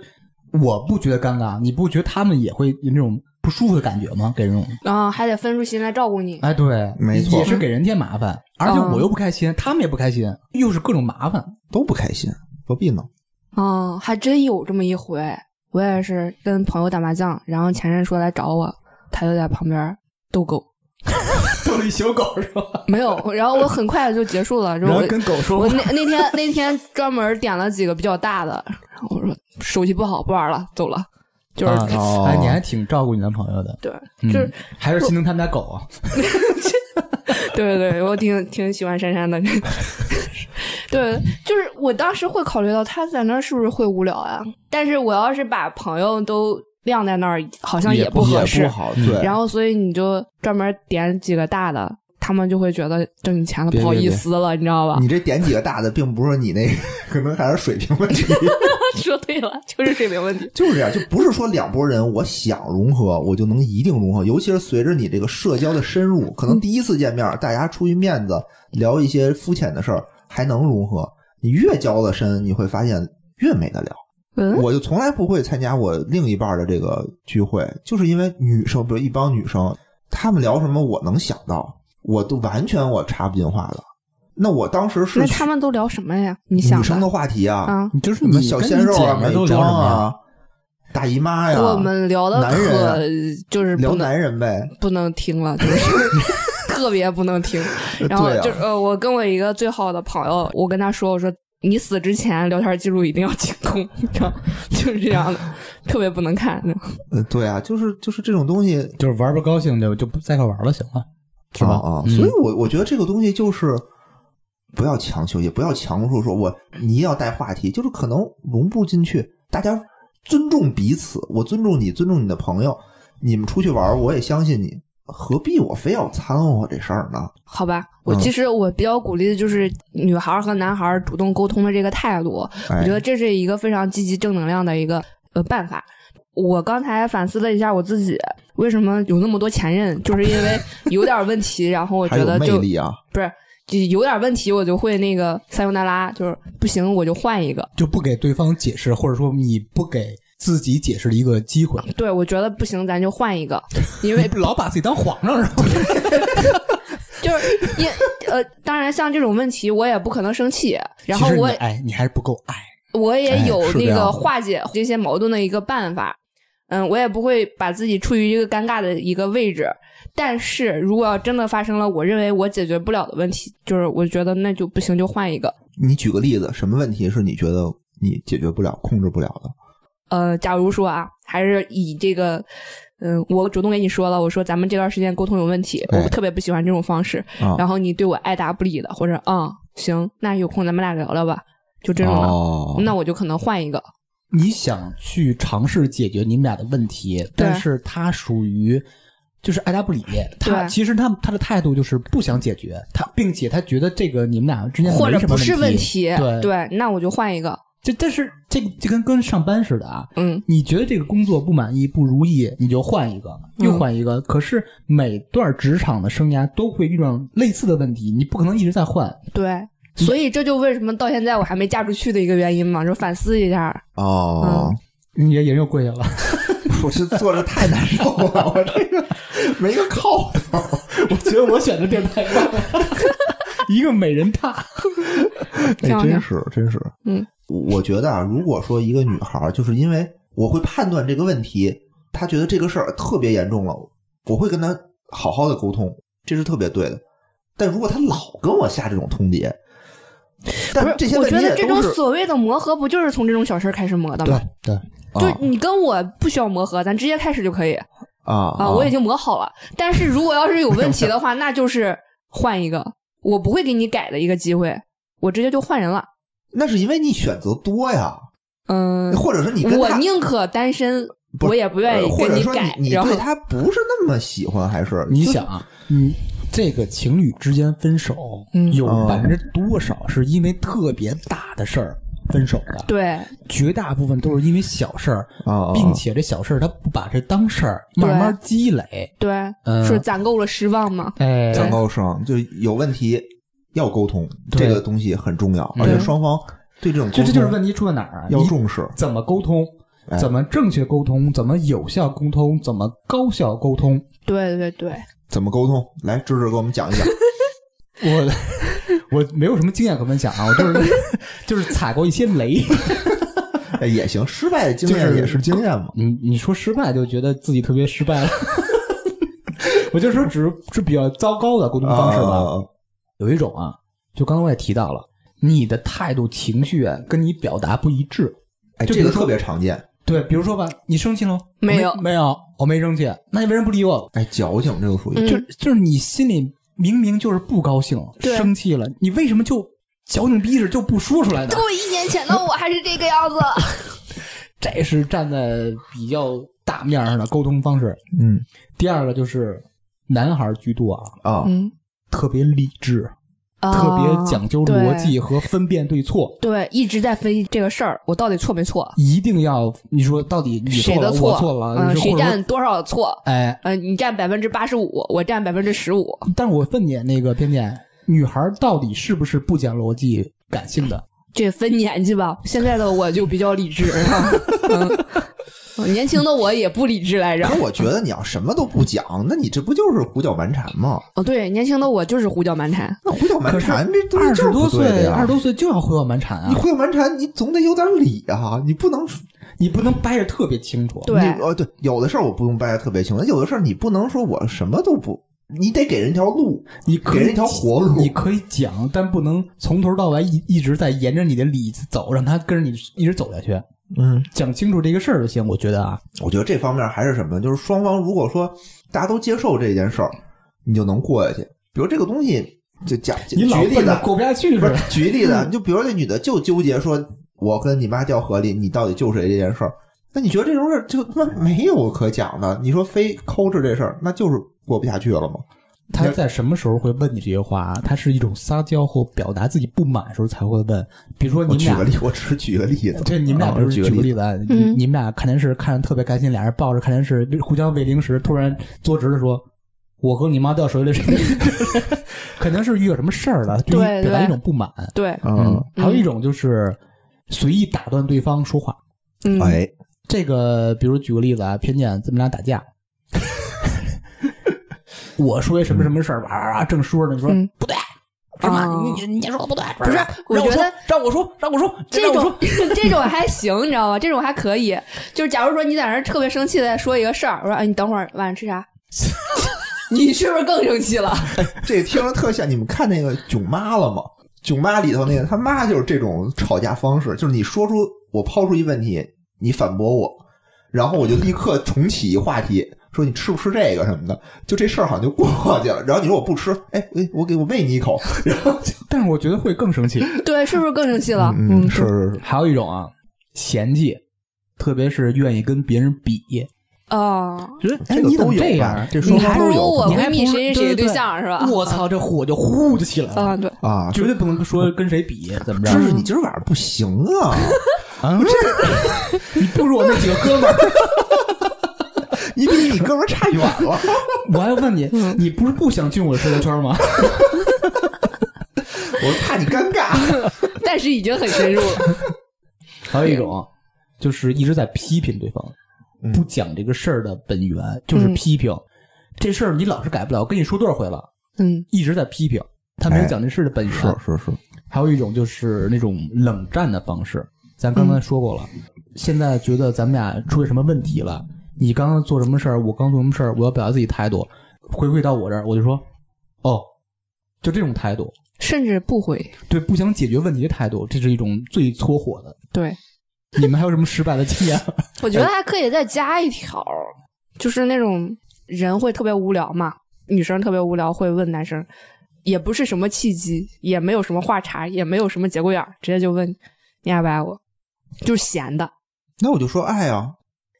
Speaker 1: 我不觉得尴尬？你不觉得他们也会有那种不舒服的感觉吗？给人种，
Speaker 5: 啊，还得分出心来照
Speaker 2: (laughs)
Speaker 5: 顾你。
Speaker 1: 哎，对，
Speaker 2: 没错
Speaker 1: 也是给人添麻烦，而且我又不开心，他们也不开心，又是各种麻烦。
Speaker 2: 都不开心，何必呢？
Speaker 5: 啊，还真有这么一回，我也是跟朋友打麻将，然后前任说来找我，他就在旁边逗狗，
Speaker 1: 逗一小狗是吧？
Speaker 5: 没有，然后我很快就结束了，
Speaker 1: 然
Speaker 5: 然后
Speaker 1: 后
Speaker 5: 我
Speaker 1: 跟狗说
Speaker 5: 我
Speaker 1: 话，
Speaker 5: 那那天那天专门点了几个比较大的，我说手气不好，不玩了，走了。就是、
Speaker 1: 啊
Speaker 2: 哦
Speaker 1: 哎，你还挺照顾你男朋友的，
Speaker 5: 对，
Speaker 1: 嗯
Speaker 5: 就是
Speaker 1: 还是心疼他们家狗啊。
Speaker 5: 对对对，我挺挺喜欢珊珊的。对，就是我当时会考虑到他在那儿是不是会无聊啊？但是我要是把朋友都晾在那儿，好像
Speaker 2: 也
Speaker 5: 不合适。
Speaker 2: 不好。对，
Speaker 5: 然后，所以你就专门点几个大的，他们就会觉得挣你钱了，
Speaker 2: 别
Speaker 5: 不好
Speaker 2: 别
Speaker 5: 意
Speaker 2: 别嗯
Speaker 5: 思了，你知道吧？
Speaker 2: 你这点几个大的，并不是你那可能还是水平问题，
Speaker 5: (laughs) 说对了，就是水平问题。
Speaker 2: (laughs) 就是这样，就不是说两拨人我想融合我就能一定融合，尤其是随着你这个社交的深入，可能第一次见面大家出于面子聊一些肤浅的事儿还能融合，你越交的深，你会发现越没得聊。
Speaker 5: 嗯，
Speaker 2: 我就从来不会参加我另一半的这个聚会，就是因为女生，比如一帮女生，她们聊什么我能想到，我都完全我插不进话的。那我当时是
Speaker 5: 那他们都聊什么呀？你想
Speaker 2: 女
Speaker 5: 吧
Speaker 2: 生的话题啊，
Speaker 5: 啊，
Speaker 1: 你就是
Speaker 2: 什
Speaker 1: 你
Speaker 2: 么小鲜肉
Speaker 1: 跟
Speaker 2: 啊、
Speaker 1: 你姐
Speaker 2: 美
Speaker 1: 们儿都聊
Speaker 2: 妆
Speaker 1: 什么呀？
Speaker 2: 啊、大姨妈呀，
Speaker 5: 我们聊的
Speaker 2: 啊男人啊
Speaker 5: 可就是
Speaker 2: 聊
Speaker 5: 不能
Speaker 2: 男人呗。
Speaker 5: 不能听了，就是 (laughs) 特别不能听。然后
Speaker 2: 对啊
Speaker 5: 就、呃，我跟我一个最好的朋友，我跟他说，我说你死之前聊天记录一定要清空，你知道，就是这样的，特别不能看。
Speaker 2: 呃，对啊，就是就是这种东西
Speaker 1: 就是玩不高兴就就不在一块玩了，行了，是吧？
Speaker 2: 啊，啊
Speaker 1: 嗯
Speaker 2: 所以我我觉得这个东西就是不要强求，也不要强说说我你一定要带话题，就是可能融不进去，大家尊重彼此，我尊重你，尊重你的朋友，你们出去玩儿，我也相信你，何必我非要掺和这事儿呢？
Speaker 5: 好吧，我
Speaker 2: 嗯
Speaker 5: 其实我比较鼓励的就是女孩儿和男孩儿主动沟通的这个态度，我
Speaker 2: 哎
Speaker 5: 觉，得这是一个非常积极正能量的一个呃办法。我刚才反思了一下我自己，为什么有那么多前任，就是因为有点问题， (laughs) 然后我
Speaker 2: 还
Speaker 5: 觉
Speaker 2: 有
Speaker 5: 得
Speaker 2: 魅
Speaker 5: 就
Speaker 2: 力啊，
Speaker 5: 不是就有点问题，我就会那个塞尤那拉，就是不行我就换一个。
Speaker 1: 就不给对方解释，或者说你不给自己解释的一个机会，
Speaker 5: 对，我觉得不行，咱就换一个，因为 (laughs)
Speaker 1: 你老把自己当皇上是吧？ (laughs)
Speaker 5: 就是因呃，当然像这种问题我也不可能生气，然后
Speaker 1: 其实你
Speaker 5: 我
Speaker 1: 爱你还是不够爱，
Speaker 5: 我也
Speaker 2: 哎
Speaker 5: 有
Speaker 2: 是这
Speaker 5: 那
Speaker 2: 样
Speaker 5: 个
Speaker 2: 的
Speaker 5: 化解这些矛盾的一个办法。嗯，我也不会把自己处于一个尴尬的一个位置，但是如果要真的发生了我认为我解决不了的问题，就是我觉得那就不行，就换一个。
Speaker 2: 你举个例子，什么问题是你觉得你解决不了、控制不了的？
Speaker 5: 呃，假如说啊，还是以这个，嗯、我主动跟你说了，我说咱们这段时间沟通有问题，
Speaker 2: 哎
Speaker 5: 我特别不喜欢这种方式，
Speaker 2: 啊
Speaker 5: 然后你对我爱答不理的，或者嗯行，那有空咱们俩聊聊吧，就这种的，
Speaker 2: 哦，
Speaker 5: 那我就可能换一个。
Speaker 1: 你想去尝试解决你们俩的问题，但是他属于就是爱答不理，他
Speaker 5: 对
Speaker 1: 其实他他的态度就是不想解决，他并且他觉得这个你们俩之间
Speaker 5: 或者
Speaker 1: 没什么
Speaker 5: 不是问
Speaker 1: 题，对，
Speaker 5: 对，那我就换一个。
Speaker 1: 这但是这个就跟跟上班似的啊，
Speaker 5: 嗯，
Speaker 1: 你觉得这个工作不满意、不如意，你就换一个，又换一个。可是每段职场的生涯都会遇上类似的问题，你不可能一直在换。
Speaker 5: 对，所以这就为什么到现在我还没嫁出去的一个原因嘛，就反思一下。
Speaker 2: 哦， (laughs)
Speaker 1: 你也也又跪下了，
Speaker 2: 我这坐着太难受了，我这个没个靠头。
Speaker 1: (laughs) 我觉得我选的电台棒， (laughs) 一个美人大。
Speaker 2: 哎，
Speaker 5: 漂亮
Speaker 2: 真是真是，
Speaker 5: 嗯，
Speaker 2: 我觉得啊，如果说一个女孩儿，就是因为我会判断这个问题，她觉得这个事儿特别严重了，我会跟她好好的沟通，这是特别对的。但如果她老跟我下这种通牒，
Speaker 5: 不
Speaker 2: 但这
Speaker 5: 是，
Speaker 2: 些
Speaker 5: 我
Speaker 2: 问题
Speaker 5: 觉得
Speaker 2: 也
Speaker 5: 这
Speaker 2: 都
Speaker 5: 种
Speaker 2: 是
Speaker 5: 所谓的磨合，不就是从这种小事儿开始磨的吗？
Speaker 1: 对，
Speaker 5: 就你跟我不需要磨合，咱直接开始就可以
Speaker 2: 啊
Speaker 5: 啊，我已经磨好了。但是如果要是有问题的话，那就是换一个，我不会给你改的一个机会，我直接就换人了。
Speaker 2: 那是因为你选择多呀，
Speaker 5: 嗯，
Speaker 2: 或者说你跟
Speaker 5: 我
Speaker 2: 她
Speaker 5: 宁可单身，
Speaker 2: 不是
Speaker 5: 我也不愿
Speaker 2: 呃
Speaker 5: 意
Speaker 2: 或
Speaker 5: 跟
Speaker 2: 者说
Speaker 5: 改。
Speaker 2: 你
Speaker 5: 然后
Speaker 2: 对她不是那么喜欢，还是
Speaker 1: 你想啊，你这个情侣之间分手，
Speaker 5: 嗯
Speaker 1: 有
Speaker 2: 哦
Speaker 1: 百分之多少是因为特别大的事儿分手的？
Speaker 5: 对
Speaker 1: 绝大部分都是因为小事儿，
Speaker 2: 啊，
Speaker 1: 并且这小事儿他不把这当事儿，
Speaker 5: 对
Speaker 1: 慢慢积累。
Speaker 5: 对，
Speaker 1: 嗯
Speaker 5: 是攒够了失望嘛？
Speaker 1: 哎
Speaker 2: 讲高升，就有问题要沟通，这个东西很重要，而且双方对这种
Speaker 1: 就
Speaker 2: 沟
Speaker 1: 这
Speaker 2: 通
Speaker 1: 就是问题出在哪儿啊？
Speaker 2: 要
Speaker 1: 你
Speaker 2: 重视。
Speaker 1: 怎么沟通？
Speaker 2: 哎
Speaker 1: 怎么正确沟通，怎么有效沟通，怎么高效沟通。
Speaker 5: 对对对，
Speaker 2: 怎么沟通？来，芝芝给我们讲一讲。
Speaker 1: (laughs) 我我没有什么经验可分享啊，我就是 (laughs) 就是踩过一些雷。
Speaker 2: 哎也行，失败的经验
Speaker 1: 就是
Speaker 2: 也是经验嘛。
Speaker 1: (laughs) 你你说失败就觉得自己特别失败了， (laughs) 我就说只是是比较糟糕的沟通方式吧。
Speaker 2: 啊
Speaker 1: 有一种啊，就刚才我也提到了，你的态度、情绪啊跟你表达不一致。
Speaker 2: 哎，
Speaker 1: 就
Speaker 2: 这
Speaker 1: 比
Speaker 2: 个
Speaker 1: 如说
Speaker 2: 特别常见。
Speaker 1: 对，比如说吧，你生气了吗？
Speaker 5: 没有
Speaker 1: 我没有，我没生气。那你为什么不理我？
Speaker 2: 哎，矫情这个属于
Speaker 5: 嗯
Speaker 1: 就就是你心里明明就是不高兴、
Speaker 5: 对
Speaker 1: 生气了，你为什么就矫情逼着就不说
Speaker 5: (laughs)
Speaker 1: 出来呢？
Speaker 5: 一年前的我还是这个样子。
Speaker 1: 这是站在比较大面上的沟通方式。
Speaker 2: 嗯
Speaker 1: 第二个就是男孩居多啊，
Speaker 2: 啊，
Speaker 5: 嗯，
Speaker 1: 特别理智，
Speaker 5: 啊
Speaker 1: 特别讲究逻辑和分辨对错。
Speaker 5: 呃对，一直在分析这个事儿，我到底错没错，
Speaker 1: 一定要你说到底你
Speaker 5: 谁
Speaker 1: 错了，
Speaker 5: 的错，
Speaker 1: 我错了，
Speaker 5: 嗯、
Speaker 1: 你说
Speaker 5: 谁
Speaker 1: 或者说
Speaker 5: 占多少错？
Speaker 1: 哎，
Speaker 5: 呃，你占百分之八十五，我占百分之十五。
Speaker 1: 但是我问你，那个边界，女孩到底是不是不讲逻辑、感性的？
Speaker 5: 这分年纪吧，现在的我就比较理智，嗯嗯， (laughs) 年轻的我也不理智来着
Speaker 2: 可。我觉得你要什么都不讲，那你这不就是胡搅蛮缠吗？
Speaker 5: 哦，对，年轻的我就是胡搅蛮缠。
Speaker 2: 那胡搅蛮缠这东
Speaker 1: 二十
Speaker 2: 西就是
Speaker 1: 多
Speaker 2: 不对的
Speaker 1: 岁，
Speaker 2: 呀
Speaker 1: 二十多岁就要胡搅蛮缠
Speaker 2: 你
Speaker 1: 啊！
Speaker 2: 胡搅蛮缠，你总得有点理啊，你不能
Speaker 1: 你不能掰着特别清楚。
Speaker 5: 对
Speaker 2: 你哦，对，有的事儿我不用掰得特别清楚，有的事儿你不能说我什么都不，你得给人一条路，
Speaker 1: 你可
Speaker 2: 给
Speaker 1: 以
Speaker 2: 人一条活路。
Speaker 1: 你可以讲，但不能从头到尾一一直在沿着你的理走，让他跟着你一直走下去。
Speaker 2: 嗯，
Speaker 1: 讲清楚这个事儿就行，我觉得啊，
Speaker 2: 我觉得这方面还是什么，就是双方如果说大家都接受这件事儿，你就能过下去。比如这个东西，就假举
Speaker 1: 你老
Speaker 2: 例
Speaker 1: 奔
Speaker 2: 子
Speaker 1: 着，过不下去
Speaker 2: 不
Speaker 1: 似
Speaker 2: 是
Speaker 1: 的。
Speaker 2: 举例
Speaker 1: (laughs)
Speaker 2: 子，就比如那女的就纠结说，我跟你妈掉河里，你到底救谁这件事儿？那你觉得这种事儿就他妈没有可讲的？你说非抠着这事儿，那就是过不下去了吗？
Speaker 1: 他在什么时候会问你这些话？啊他是一种撒娇或表达自己不满的时候才会问。比如说
Speaker 2: 我
Speaker 1: 你们
Speaker 2: 举
Speaker 1: 俩
Speaker 2: 个例，我只是举个例子。
Speaker 1: 对，你们俩
Speaker 2: 啊
Speaker 1: 不是
Speaker 2: 举
Speaker 1: 举
Speaker 2: 个
Speaker 1: 个
Speaker 2: 例
Speaker 1: 例子啊，你
Speaker 5: 嗯
Speaker 1: 你们俩看电视看的特别开心，俩人抱着看电视，互相喂零食，突然坐直了说：“我和你妈掉水里了。” (laughs) 肯定是遇到什么事儿了，对
Speaker 5: 对
Speaker 1: 你表达
Speaker 5: 对
Speaker 1: 一种不满。
Speaker 5: 对，
Speaker 2: 嗯，
Speaker 1: 还有一种就是随意打断对方说话。
Speaker 5: 嗯，
Speaker 2: 哎，
Speaker 1: 这个，比如举个例子啊，偏见，咱们俩打架，我说一什么什么事儿，啊，正说着，你说
Speaker 5: 嗯
Speaker 1: 不对。是吧？
Speaker 5: 哦
Speaker 1: 你你你说的不对，不
Speaker 5: 是我
Speaker 1: 让我
Speaker 5: 觉
Speaker 1: 说
Speaker 5: 得，
Speaker 1: 让我说，让我说，
Speaker 5: 这
Speaker 1: 让我
Speaker 5: 种
Speaker 1: 说
Speaker 5: (clears throat) 这种还行，你知道吗？这种还可以。就是假如说你在那儿特别生气的在说一个事儿，我说哎，你等会儿晚上吃啥？ (laughs) 你是不是更生气了？
Speaker 2: 这听着特像你们看那个《囧妈》了吗？《囧妈》里头那个他妈就是这种吵架方式，就是你说出我抛出一问题，你反驳我，然后我就立刻重启一话题，说你吃不吃这个什么的，就这事儿好像就过去了。然后你说我不吃，哎，我我给我喂你一口，然后就
Speaker 1: 但是我觉得会更生气。
Speaker 5: 对，是不是更生气了？
Speaker 2: 嗯是是是，
Speaker 1: 还有一种啊，嫌弃，特别是愿意跟别人比，
Speaker 5: 哦，
Speaker 1: 觉得哎
Speaker 2: 这个
Speaker 1: 你怎
Speaker 2: 都
Speaker 1: 么
Speaker 2: 有
Speaker 1: 这
Speaker 2: 吧
Speaker 1: 样？
Speaker 2: 这
Speaker 5: 你
Speaker 2: 双
Speaker 5: 还
Speaker 2: 方
Speaker 5: 不
Speaker 2: 都
Speaker 5: 如
Speaker 2: 有
Speaker 5: 我
Speaker 1: 你还
Speaker 5: 闺蜜
Speaker 1: 不如
Speaker 5: 谁谁谁
Speaker 1: 对
Speaker 5: 对
Speaker 1: 对
Speaker 5: 象是吧？
Speaker 1: 我操，这火就呼就起来了，
Speaker 5: 啊，对，
Speaker 2: 啊。
Speaker 1: 绝对不能说跟谁比，怎么着
Speaker 2: 芝？芝，你今儿晚上不行啊！
Speaker 1: 啊， (laughs) 你不如我那几个哥们儿， (laughs)
Speaker 2: 你比你哥们儿差远 (laughs) 了。
Speaker 1: 我还问你，你不是不想进我的社交圈吗？
Speaker 2: 我怕你尴尬。
Speaker 5: 但是已经很深入了。
Speaker 1: (laughs)
Speaker 5: (laughs)
Speaker 1: 还有一种就是一直在批评对方，
Speaker 2: 嗯
Speaker 1: 不讲这个事儿的本源，就是批评。这事儿你老是改不了，我跟你说多少回了，
Speaker 5: 嗯，
Speaker 1: 一直在批评，他没有
Speaker 2: 哎
Speaker 1: 讲这事儿的本源。
Speaker 2: 是是，
Speaker 1: 还有一种就是那种冷战的方式，咱刚才说过了。现在觉得咱们俩出现什么问题了？你刚刚做什么事儿？我刚做什么事儿？我要表达自己态度，回馈到我这儿，我就说，哦，就这种态度，
Speaker 5: 甚至不回。
Speaker 1: 对不想解决问题的态度，这是一种最搓火的。
Speaker 5: 对，
Speaker 1: 你们还有什么失败的经验？
Speaker 5: 我觉得还可以再加一条，就是那种人会特别无聊嘛，女生特别无聊会问男生，也不是什么契机，也没有什么话茬，也没有什么节骨眼儿，直接就问你爱不爱我，就是闲的。
Speaker 2: 那我就说爱啊，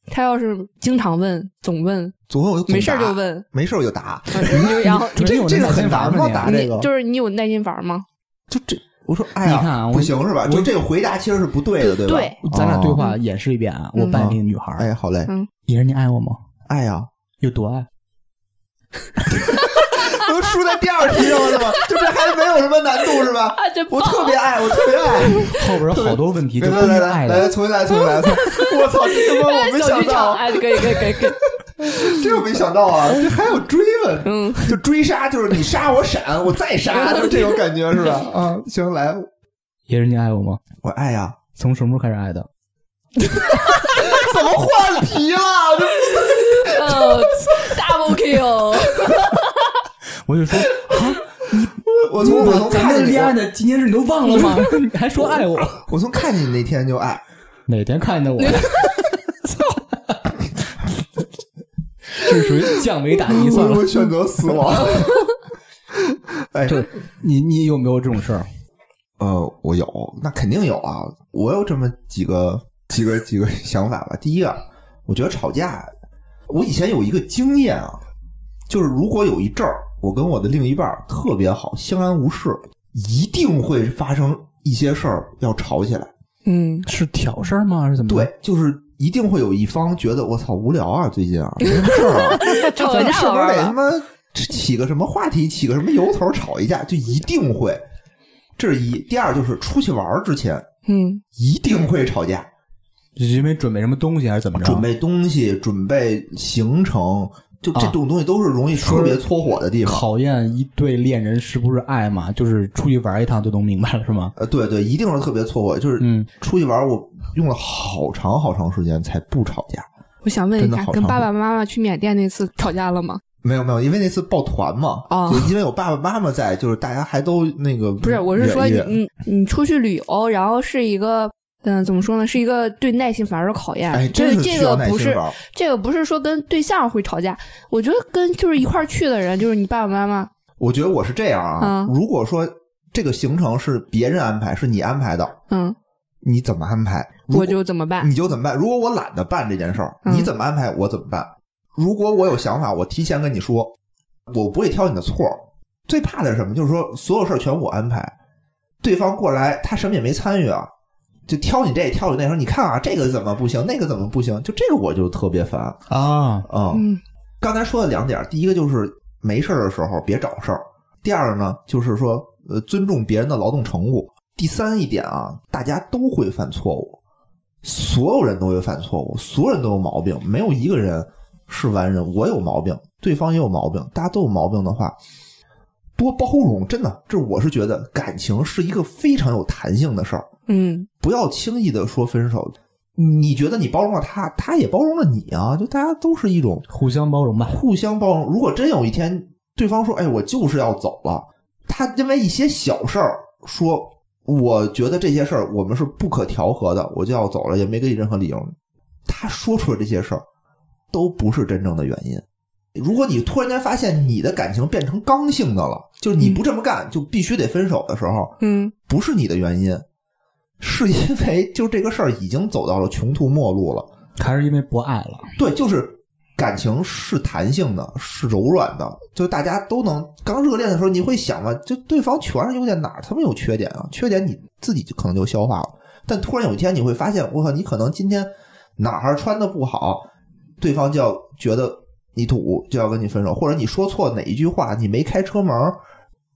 Speaker 5: 他要是经常问，总问，
Speaker 2: 总有
Speaker 5: 没事儿就，问，
Speaker 2: 没事儿我就打。
Speaker 5: 嗯就 (laughs)
Speaker 2: (laughs)
Speaker 5: 然后
Speaker 1: 准
Speaker 2: 这
Speaker 1: 有
Speaker 2: 这
Speaker 1: 那
Speaker 2: 个
Speaker 1: 耐
Speaker 2: 很
Speaker 1: 心玩
Speaker 2: 难
Speaker 1: 吗
Speaker 2: 吗？
Speaker 1: 你
Speaker 2: 打啊这个
Speaker 5: 你就是你有耐心玩吗？
Speaker 2: 就这，我说哎呀，
Speaker 1: 你看啊我
Speaker 2: 不行是吧？
Speaker 1: 我
Speaker 2: 就这个回答其实是不对的，对吧？
Speaker 5: 对
Speaker 1: 咱俩对
Speaker 2: 哦。
Speaker 1: 话演示一遍啊！我扮演那个女孩儿，
Speaker 2: 哎，好嘞，哎
Speaker 5: 嗯
Speaker 2: (laughs)
Speaker 1: 也是你爱我吗？
Speaker 2: 爱呀，
Speaker 1: 有多爱？
Speaker 2: 能输在第二题上了是吧？就这还没有什么难度是吧？
Speaker 5: 这
Speaker 2: 我特别爱，我特别爱。
Speaker 1: 后边有好多问题都
Speaker 2: 来
Speaker 1: 关于
Speaker 2: 来
Speaker 1: 爱
Speaker 2: 来
Speaker 1: 的
Speaker 2: 来，。重新来，重新来！
Speaker 1: (laughs)
Speaker 2: 我操，这他妈我没
Speaker 5: 小
Speaker 2: 想
Speaker 5: 剧场，
Speaker 2: 到，
Speaker 5: 哎，可以可以可
Speaker 2: (laughs)
Speaker 5: 以可以，
Speaker 2: 这我没想到啊，这还有追问， (laughs) 嗯，就追杀，就是你杀我闪，我再杀，就这种感
Speaker 1: (laughs)
Speaker 2: 觉是吧？啊，行，来，
Speaker 1: 爷人，你爱我吗？
Speaker 2: 我爱呀，
Speaker 1: 从什么时候开始爱的？
Speaker 2: 怎么换
Speaker 1: 啊
Speaker 2: 题了？这
Speaker 5: 嗯，double kill，
Speaker 1: 我就说啊，
Speaker 2: 我从我从
Speaker 1: 嗯咱
Speaker 2: 看
Speaker 1: 们
Speaker 2: 见你
Speaker 1: 恋爱，的今天是你都忘了吗？ (laughs) 你还说爱我？
Speaker 2: 我从看见你那天就爱，
Speaker 1: 哪天看 (laughs) 见我？这属于降维打 (laughs) 击算
Speaker 2: 我
Speaker 1: 了。
Speaker 2: 我选择死
Speaker 1: (laughs)
Speaker 2: 亡。哎，
Speaker 1: 这你你有没有这种事儿？
Speaker 2: 呃，我有，那肯定有啊，我有这么几个几个几个想法吧。第一个，我觉得吵架，我以前有一个经验啊，就是如果有一阵儿我跟我的另一半儿特别好，相安无事，一定会发生一些事儿要吵起来。
Speaker 5: 嗯，
Speaker 1: 是挑事儿吗？还是怎么？
Speaker 2: 对，，就是一定会有一方觉得我操无聊啊，最近啊没什么事儿啊，
Speaker 5: (laughs) 吵
Speaker 2: 咱们
Speaker 5: 架
Speaker 2: 是不是
Speaker 5: 玩
Speaker 2: 得
Speaker 5: 儿
Speaker 2: 他
Speaker 5: 了，
Speaker 2: 妈起个什么话题，起个什么由头吵一架，就一定会。这是一，第二就是出去玩儿之前
Speaker 5: 嗯，
Speaker 2: 一定会吵架，
Speaker 1: 就是因为准备什么东西还是怎么着？
Speaker 2: 准备东西，准备行程，就这
Speaker 1: 啊
Speaker 2: 种东西都是容易特别搓火的地方。
Speaker 1: 考验一对恋人是不是爱嘛？就是出去玩一趟就能明白了是吗？
Speaker 2: 呃，对对，一定是特别搓火，就是
Speaker 1: 嗯，
Speaker 2: 出去玩儿，我用了好长好长时间才不吵架。
Speaker 5: 我想问
Speaker 2: 真
Speaker 5: 一
Speaker 2: 的
Speaker 5: 下，
Speaker 2: 好
Speaker 5: 跟
Speaker 2: 长
Speaker 5: 爸爸妈妈去缅甸那次吵架了吗？
Speaker 2: 没有没有，因为那次抱团嘛，
Speaker 5: 哦
Speaker 2: 就因为我爸爸妈妈在，就是大家还都那个
Speaker 5: 不是，我是说
Speaker 2: 远一
Speaker 5: 你
Speaker 2: 远
Speaker 5: 你你出去旅游，然后是一个嗯、怎么说呢，是一个对耐心反而考验。
Speaker 2: 哎，
Speaker 5: 这
Speaker 2: 真是
Speaker 5: 这
Speaker 2: 需要
Speaker 5: 个
Speaker 2: 耐
Speaker 5: 不
Speaker 2: 心
Speaker 5: 是
Speaker 2: 玩儿。
Speaker 5: 这个不是说跟对象会吵架，我觉得跟就是一块儿去的人，就是你爸爸妈妈，
Speaker 2: 我觉得我是这样啊，
Speaker 5: 嗯
Speaker 2: 如果说这个行程是别人安排，是你安排的，
Speaker 5: 嗯，
Speaker 2: 你怎么安排，如
Speaker 5: 我就怎么办？
Speaker 2: 你就怎么办。如果我懒得办这件事儿，
Speaker 5: 嗯
Speaker 2: 你怎么安排我怎么办。如果我有想法，我提前跟你说，我不会挑你的错儿。最怕的是什么？就是说所有事儿全我安排，对方过来他什么也没参与啊，就挑你这挑你那，说你看啊这个怎么不行，那个怎么不行，就这个我就特别烦啊。
Speaker 1: 啊，
Speaker 5: 嗯
Speaker 2: 刚才说的两点，第一个就是没事儿的时候别找事儿，第二呢就是说呃尊重别人的劳动成果，第三一点啊，大家都会犯错误，所有人都会犯错误，所有人都有毛病，没有一个人是完人。我有毛病，对方也有毛病，大家都有毛病的话，多包容，真的，这我是觉得感情是一个非常有弹性的事儿，
Speaker 5: 嗯，
Speaker 2: 不要轻易的说分手。你觉得你包容了他，他也包容了你啊，就大家都是一种
Speaker 1: 互相包容吧。
Speaker 2: 互相包容。如果真有一天对方说：“哎，我就是要走了”，他因为一些小事儿说：“我觉得这些事儿我们是不可调和的，我就要走了，也没给你任何理由。”他说出的这些事儿都不是真正的原因。如果你突然间发现你的感情变成刚性的了，就是你不这么干就必须得分手的时候，
Speaker 5: 嗯，
Speaker 2: 不是你的原因，是因为就这个事儿已经走到了穷途末路了。
Speaker 1: 还是因为不爱了。
Speaker 2: 对，就是感情是弹性的，是柔软的，就大家都能。刚热恋的时候，你会想嘛，就对方全是优点，哪儿他妈有缺点啊？缺点你自己就可能就消化了。但突然有一天，你会发现，我靠，你可能今天哪儿穿的不好，对方就要觉得你土，就要跟你分手，或者你说错哪一句话，你没开车门儿。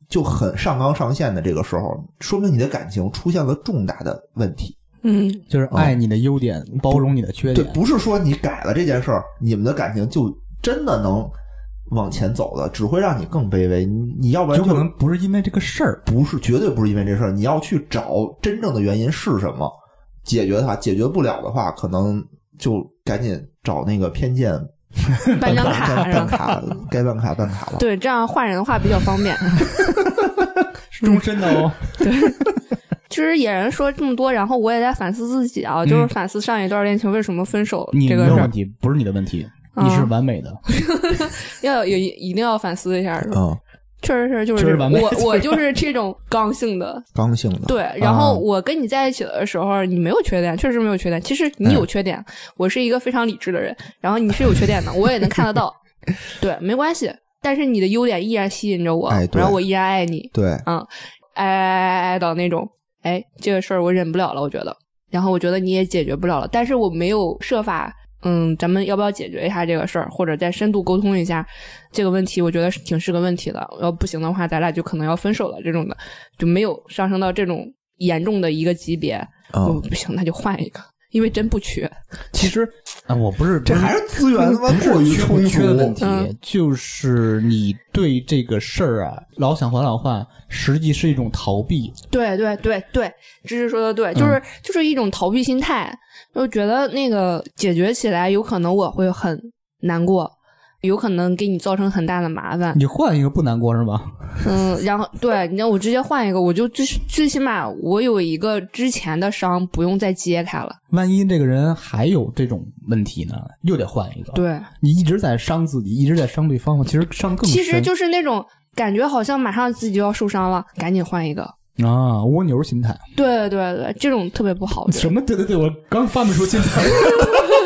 Speaker 2: 就很上纲上线的这个时候，说明你的感情出现了重大的问题。
Speaker 5: 嗯，
Speaker 1: 就是爱你的优点，包容你的缺
Speaker 2: 对，
Speaker 1: 点。
Speaker 2: 不是说你改了这件事儿，你们的感情就真的能往前走的，只会让你更卑微。你你要不然
Speaker 1: 有
Speaker 2: 就
Speaker 1: 可能不是因为这个事儿，
Speaker 2: 不是，绝对不是因为这事儿，你要去找真正的原因是什么，解决它。解决不了的话，可能就赶紧找那个偏见 (laughs)
Speaker 5: 办嗯张
Speaker 2: 办
Speaker 5: 卡
Speaker 2: 办
Speaker 5: 是
Speaker 2: 办
Speaker 5: 吧？
Speaker 2: 卡，该办卡办卡了。
Speaker 5: 对，这样换人的话比较方
Speaker 2: (laughs)
Speaker 5: 便。
Speaker 1: 是终身的哦。
Speaker 5: 其实野人说这么多，然后我也在反思自己啊，
Speaker 2: 嗯
Speaker 5: 就是反思上一段恋情为什么分手
Speaker 1: 你
Speaker 5: 这
Speaker 1: 没
Speaker 5: 个
Speaker 1: 有
Speaker 5: 事
Speaker 1: 问
Speaker 5: 儿，
Speaker 1: 题，不是你的问题，
Speaker 5: 啊
Speaker 1: 你是完美的。
Speaker 5: 要有一定要反思一下。是吧
Speaker 2: 嗯，
Speaker 5: 确实是，就是
Speaker 1: 确实完啊美 (laughs)
Speaker 5: 我我就是这种刚性的，
Speaker 2: 刚性的，
Speaker 5: 对。然后我跟你在一起的时候，你没有缺点，确实没有缺点。其实你有
Speaker 1: 嗯
Speaker 5: 缺点，我是一个非常理智的人，然后你是有缺点的，我也能看得
Speaker 1: (laughs)
Speaker 5: 到。对，没关系。但是你的优点依然吸引着我，
Speaker 2: 哎对
Speaker 5: 然后我依然爱你，
Speaker 2: 对，
Speaker 5: 爱爱爱爱到那种，哎哎，这个事儿我忍不了了，我觉得。然后我觉得你也解决不了了，但是我没有设法嗯，咱们要不要解决一下这个事儿，或者再深度沟通一下这个问题？我觉得是挺是个问题的。要不行的话，咱俩就可能要分手了，这种的就没有上升到这种严重的一个级别。
Speaker 2: 啊
Speaker 5: 我，不行，那就换一个，因为真不缺。
Speaker 1: 其实啊，我不是
Speaker 2: 这还是资源他妈
Speaker 1: 不是
Speaker 2: 过于
Speaker 1: 缺不
Speaker 2: 充
Speaker 1: 缺的问
Speaker 2: 足。
Speaker 1: 题，
Speaker 5: 嗯
Speaker 1: 就是你对这个事儿啊老想还老换，实际是一种逃避。
Speaker 5: 对对对对，芝芝说的对，
Speaker 2: 嗯
Speaker 5: 就是、就是一种逃避心态，就觉得那个解决起来有可能我会很难过，有可能给你造成很大的麻
Speaker 2: (laughs)
Speaker 5: 烦。
Speaker 1: 你换一个不难过是吧？
Speaker 5: 嗯，然后对，你让我直接换一个，我就最最起码我有一个之前的伤不用再揭开了。
Speaker 1: 万一这个人还有这种问题呢，又得换一
Speaker 2: 哦
Speaker 1: 个。，
Speaker 5: 对，
Speaker 1: 你一直在伤自己，一直在伤对方嘛，其实伤更深。
Speaker 5: 其实就是那种感觉，好像马上自己就要受伤了，赶紧换一个。
Speaker 1: 啊，蜗牛心态。
Speaker 5: 对对对，这种特别
Speaker 2: (laughs)
Speaker 5: 不好，我觉
Speaker 1: 什么？对对对，我刚发明出心
Speaker 5: (laughs)
Speaker 1: 态。
Speaker 5: 得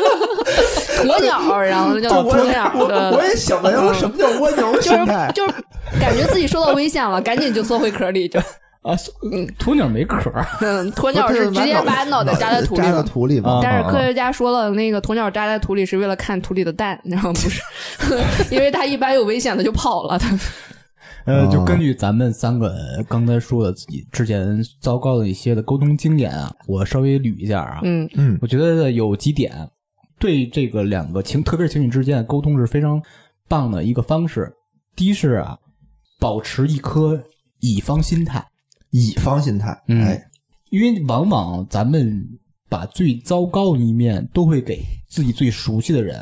Speaker 5: 鸵鸟，然后那叫
Speaker 2: 我
Speaker 5: 鸵鸟
Speaker 2: 我我
Speaker 5: 的，嗯
Speaker 2: 也想不明白什么叫蜗牛
Speaker 5: 就
Speaker 2: 心
Speaker 5: 是
Speaker 2: 态。
Speaker 5: 就是感觉自己受到危险了， (laughs) 赶紧就缩回壳里。就
Speaker 1: 啊，鸵鸟没壳儿，
Speaker 5: 嗯，鸵鸟是直接把脑袋扎在土里
Speaker 2: 扎到
Speaker 5: 了。
Speaker 2: 土里嘛
Speaker 1: 啊。
Speaker 5: 但是科学家说了，那个鸵鸟扎在土里是为了看土里的蛋，然后不是， (laughs) 因为它一般有危险的就跑了。它
Speaker 1: 呃，就
Speaker 2: 哦
Speaker 1: 根据咱们三个刚才说的自己之前糟糕的一些的沟通经验啊，我稍微捋一下啊。
Speaker 5: 嗯，
Speaker 2: 嗯
Speaker 1: 我觉得有几点对这个两个情，特别是情侣之间的沟通是非常棒的一个方式。第一是啊，保持一颗乙方心态，
Speaker 2: 乙方心态，
Speaker 1: 嗯
Speaker 2: 哎，
Speaker 1: 因为往往咱们把最糟糕的一面都会给自己最熟悉的人。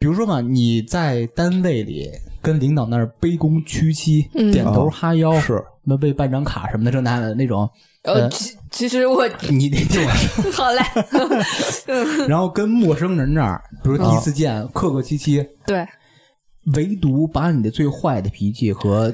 Speaker 1: 比如说嘛，你在单位里跟领导那儿卑躬屈膝、
Speaker 5: 嗯
Speaker 1: 点头哈腰，
Speaker 2: 哦是
Speaker 1: 那被办张卡什么的，这那的那种，嗯
Speaker 5: 呃，其其实我
Speaker 1: 你得听我说。
Speaker 5: 好嘞，
Speaker 1: 然后跟陌生人那儿，比如第一次见，客客气气，
Speaker 5: (laughs) 对，
Speaker 1: 唯独把你的最坏的脾气和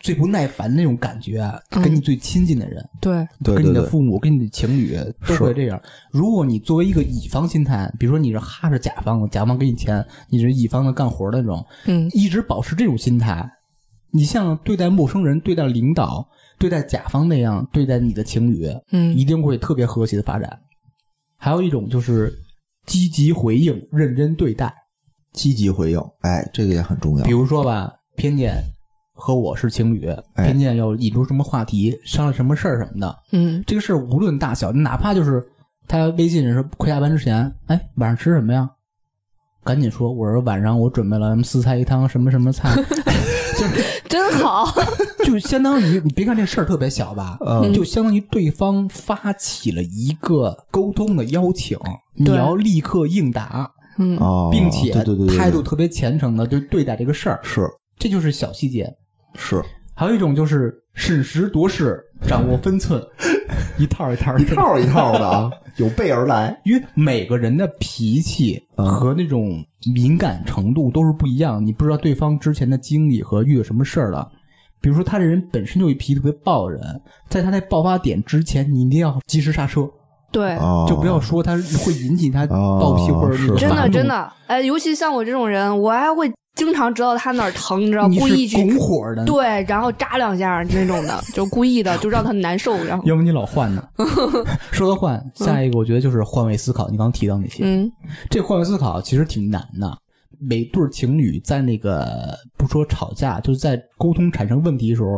Speaker 1: 最不耐烦那种感觉啊，
Speaker 5: 嗯
Speaker 1: 跟你最亲近的人，
Speaker 5: 对，
Speaker 2: 对
Speaker 1: 跟
Speaker 2: 对
Speaker 1: 你的
Speaker 2: 对，
Speaker 1: 父母、跟你的情侣都
Speaker 2: 是
Speaker 1: 会这样。如果你作为一个乙方心态，比如说你是哈是甲方的，甲方给你钱，你是乙方的干活的那种，
Speaker 5: 嗯，
Speaker 1: 一直保持这种心态，你像对待陌生人、对待领导、对待甲方那样对待你的情侣，
Speaker 5: 嗯
Speaker 1: 一定会特别和谐的发展。还有一种就是积极回应、认真对待。
Speaker 2: 积极回应，哎，这个也很重要
Speaker 1: 比。如说吧，偏见和我是情侣，
Speaker 2: 哎
Speaker 1: 偏见要引出什么话题，商量什么事儿什么的，
Speaker 5: 嗯
Speaker 1: 这个事儿无论大小，哪怕就是他微信说快下班之前，哎，晚上吃什么呀？赶紧说，我说晚上我准备了什么四菜一汤，什么什么菜， (laughs)
Speaker 5: 真好，
Speaker 1: 就相当于你别看这事儿特别小吧，
Speaker 2: (laughs) 嗯
Speaker 1: 就相当于对方发起了一个沟通的邀请，你
Speaker 5: 对
Speaker 1: 要立刻应答，
Speaker 5: (laughs) 嗯
Speaker 2: 哦，
Speaker 1: 并且
Speaker 2: 对对对对，
Speaker 1: 态度
Speaker 2: 对
Speaker 1: 特别虔诚的就对待这个事儿，
Speaker 2: 是
Speaker 1: 这就是小细节。
Speaker 2: 是，
Speaker 1: 还有一种就是审时度势，掌握分寸，一套一套的
Speaker 2: (laughs) 一套一套的 (laughs) 啊，有备而来。
Speaker 1: 因为每个人的脾气
Speaker 2: 啊
Speaker 1: 和那种敏感程度都是不一样，你不知道对方之前的经历和遇到什么事儿了。比如说，他这人本身就一脾气特别暴的人，在他在爆发点之前，你一定要及时刹车，
Speaker 5: 对，
Speaker 2: 哦，
Speaker 1: 就不要说他会引起他
Speaker 2: 哦
Speaker 1: 暴脾或者
Speaker 2: 是
Speaker 1: 那种
Speaker 5: 真
Speaker 1: 发
Speaker 5: 的
Speaker 1: 怒
Speaker 5: 真，的，哎，尤其像我这种人，我还会经常知道他哪儿疼，你知道，
Speaker 1: 你
Speaker 5: 故意
Speaker 1: 是
Speaker 5: 去
Speaker 1: 拱火的，
Speaker 5: 对，然后扎两下那种的，就故意的，就让他难受，然后
Speaker 1: 要不你老换
Speaker 5: (laughs)
Speaker 1: 呢。说到换，下一个我觉得就是换位思考，你刚提到那些，
Speaker 5: 嗯
Speaker 1: 这换位思考其实挺难的。每对儿情侣在那个不说吵架，就是在沟通产生问题的时候，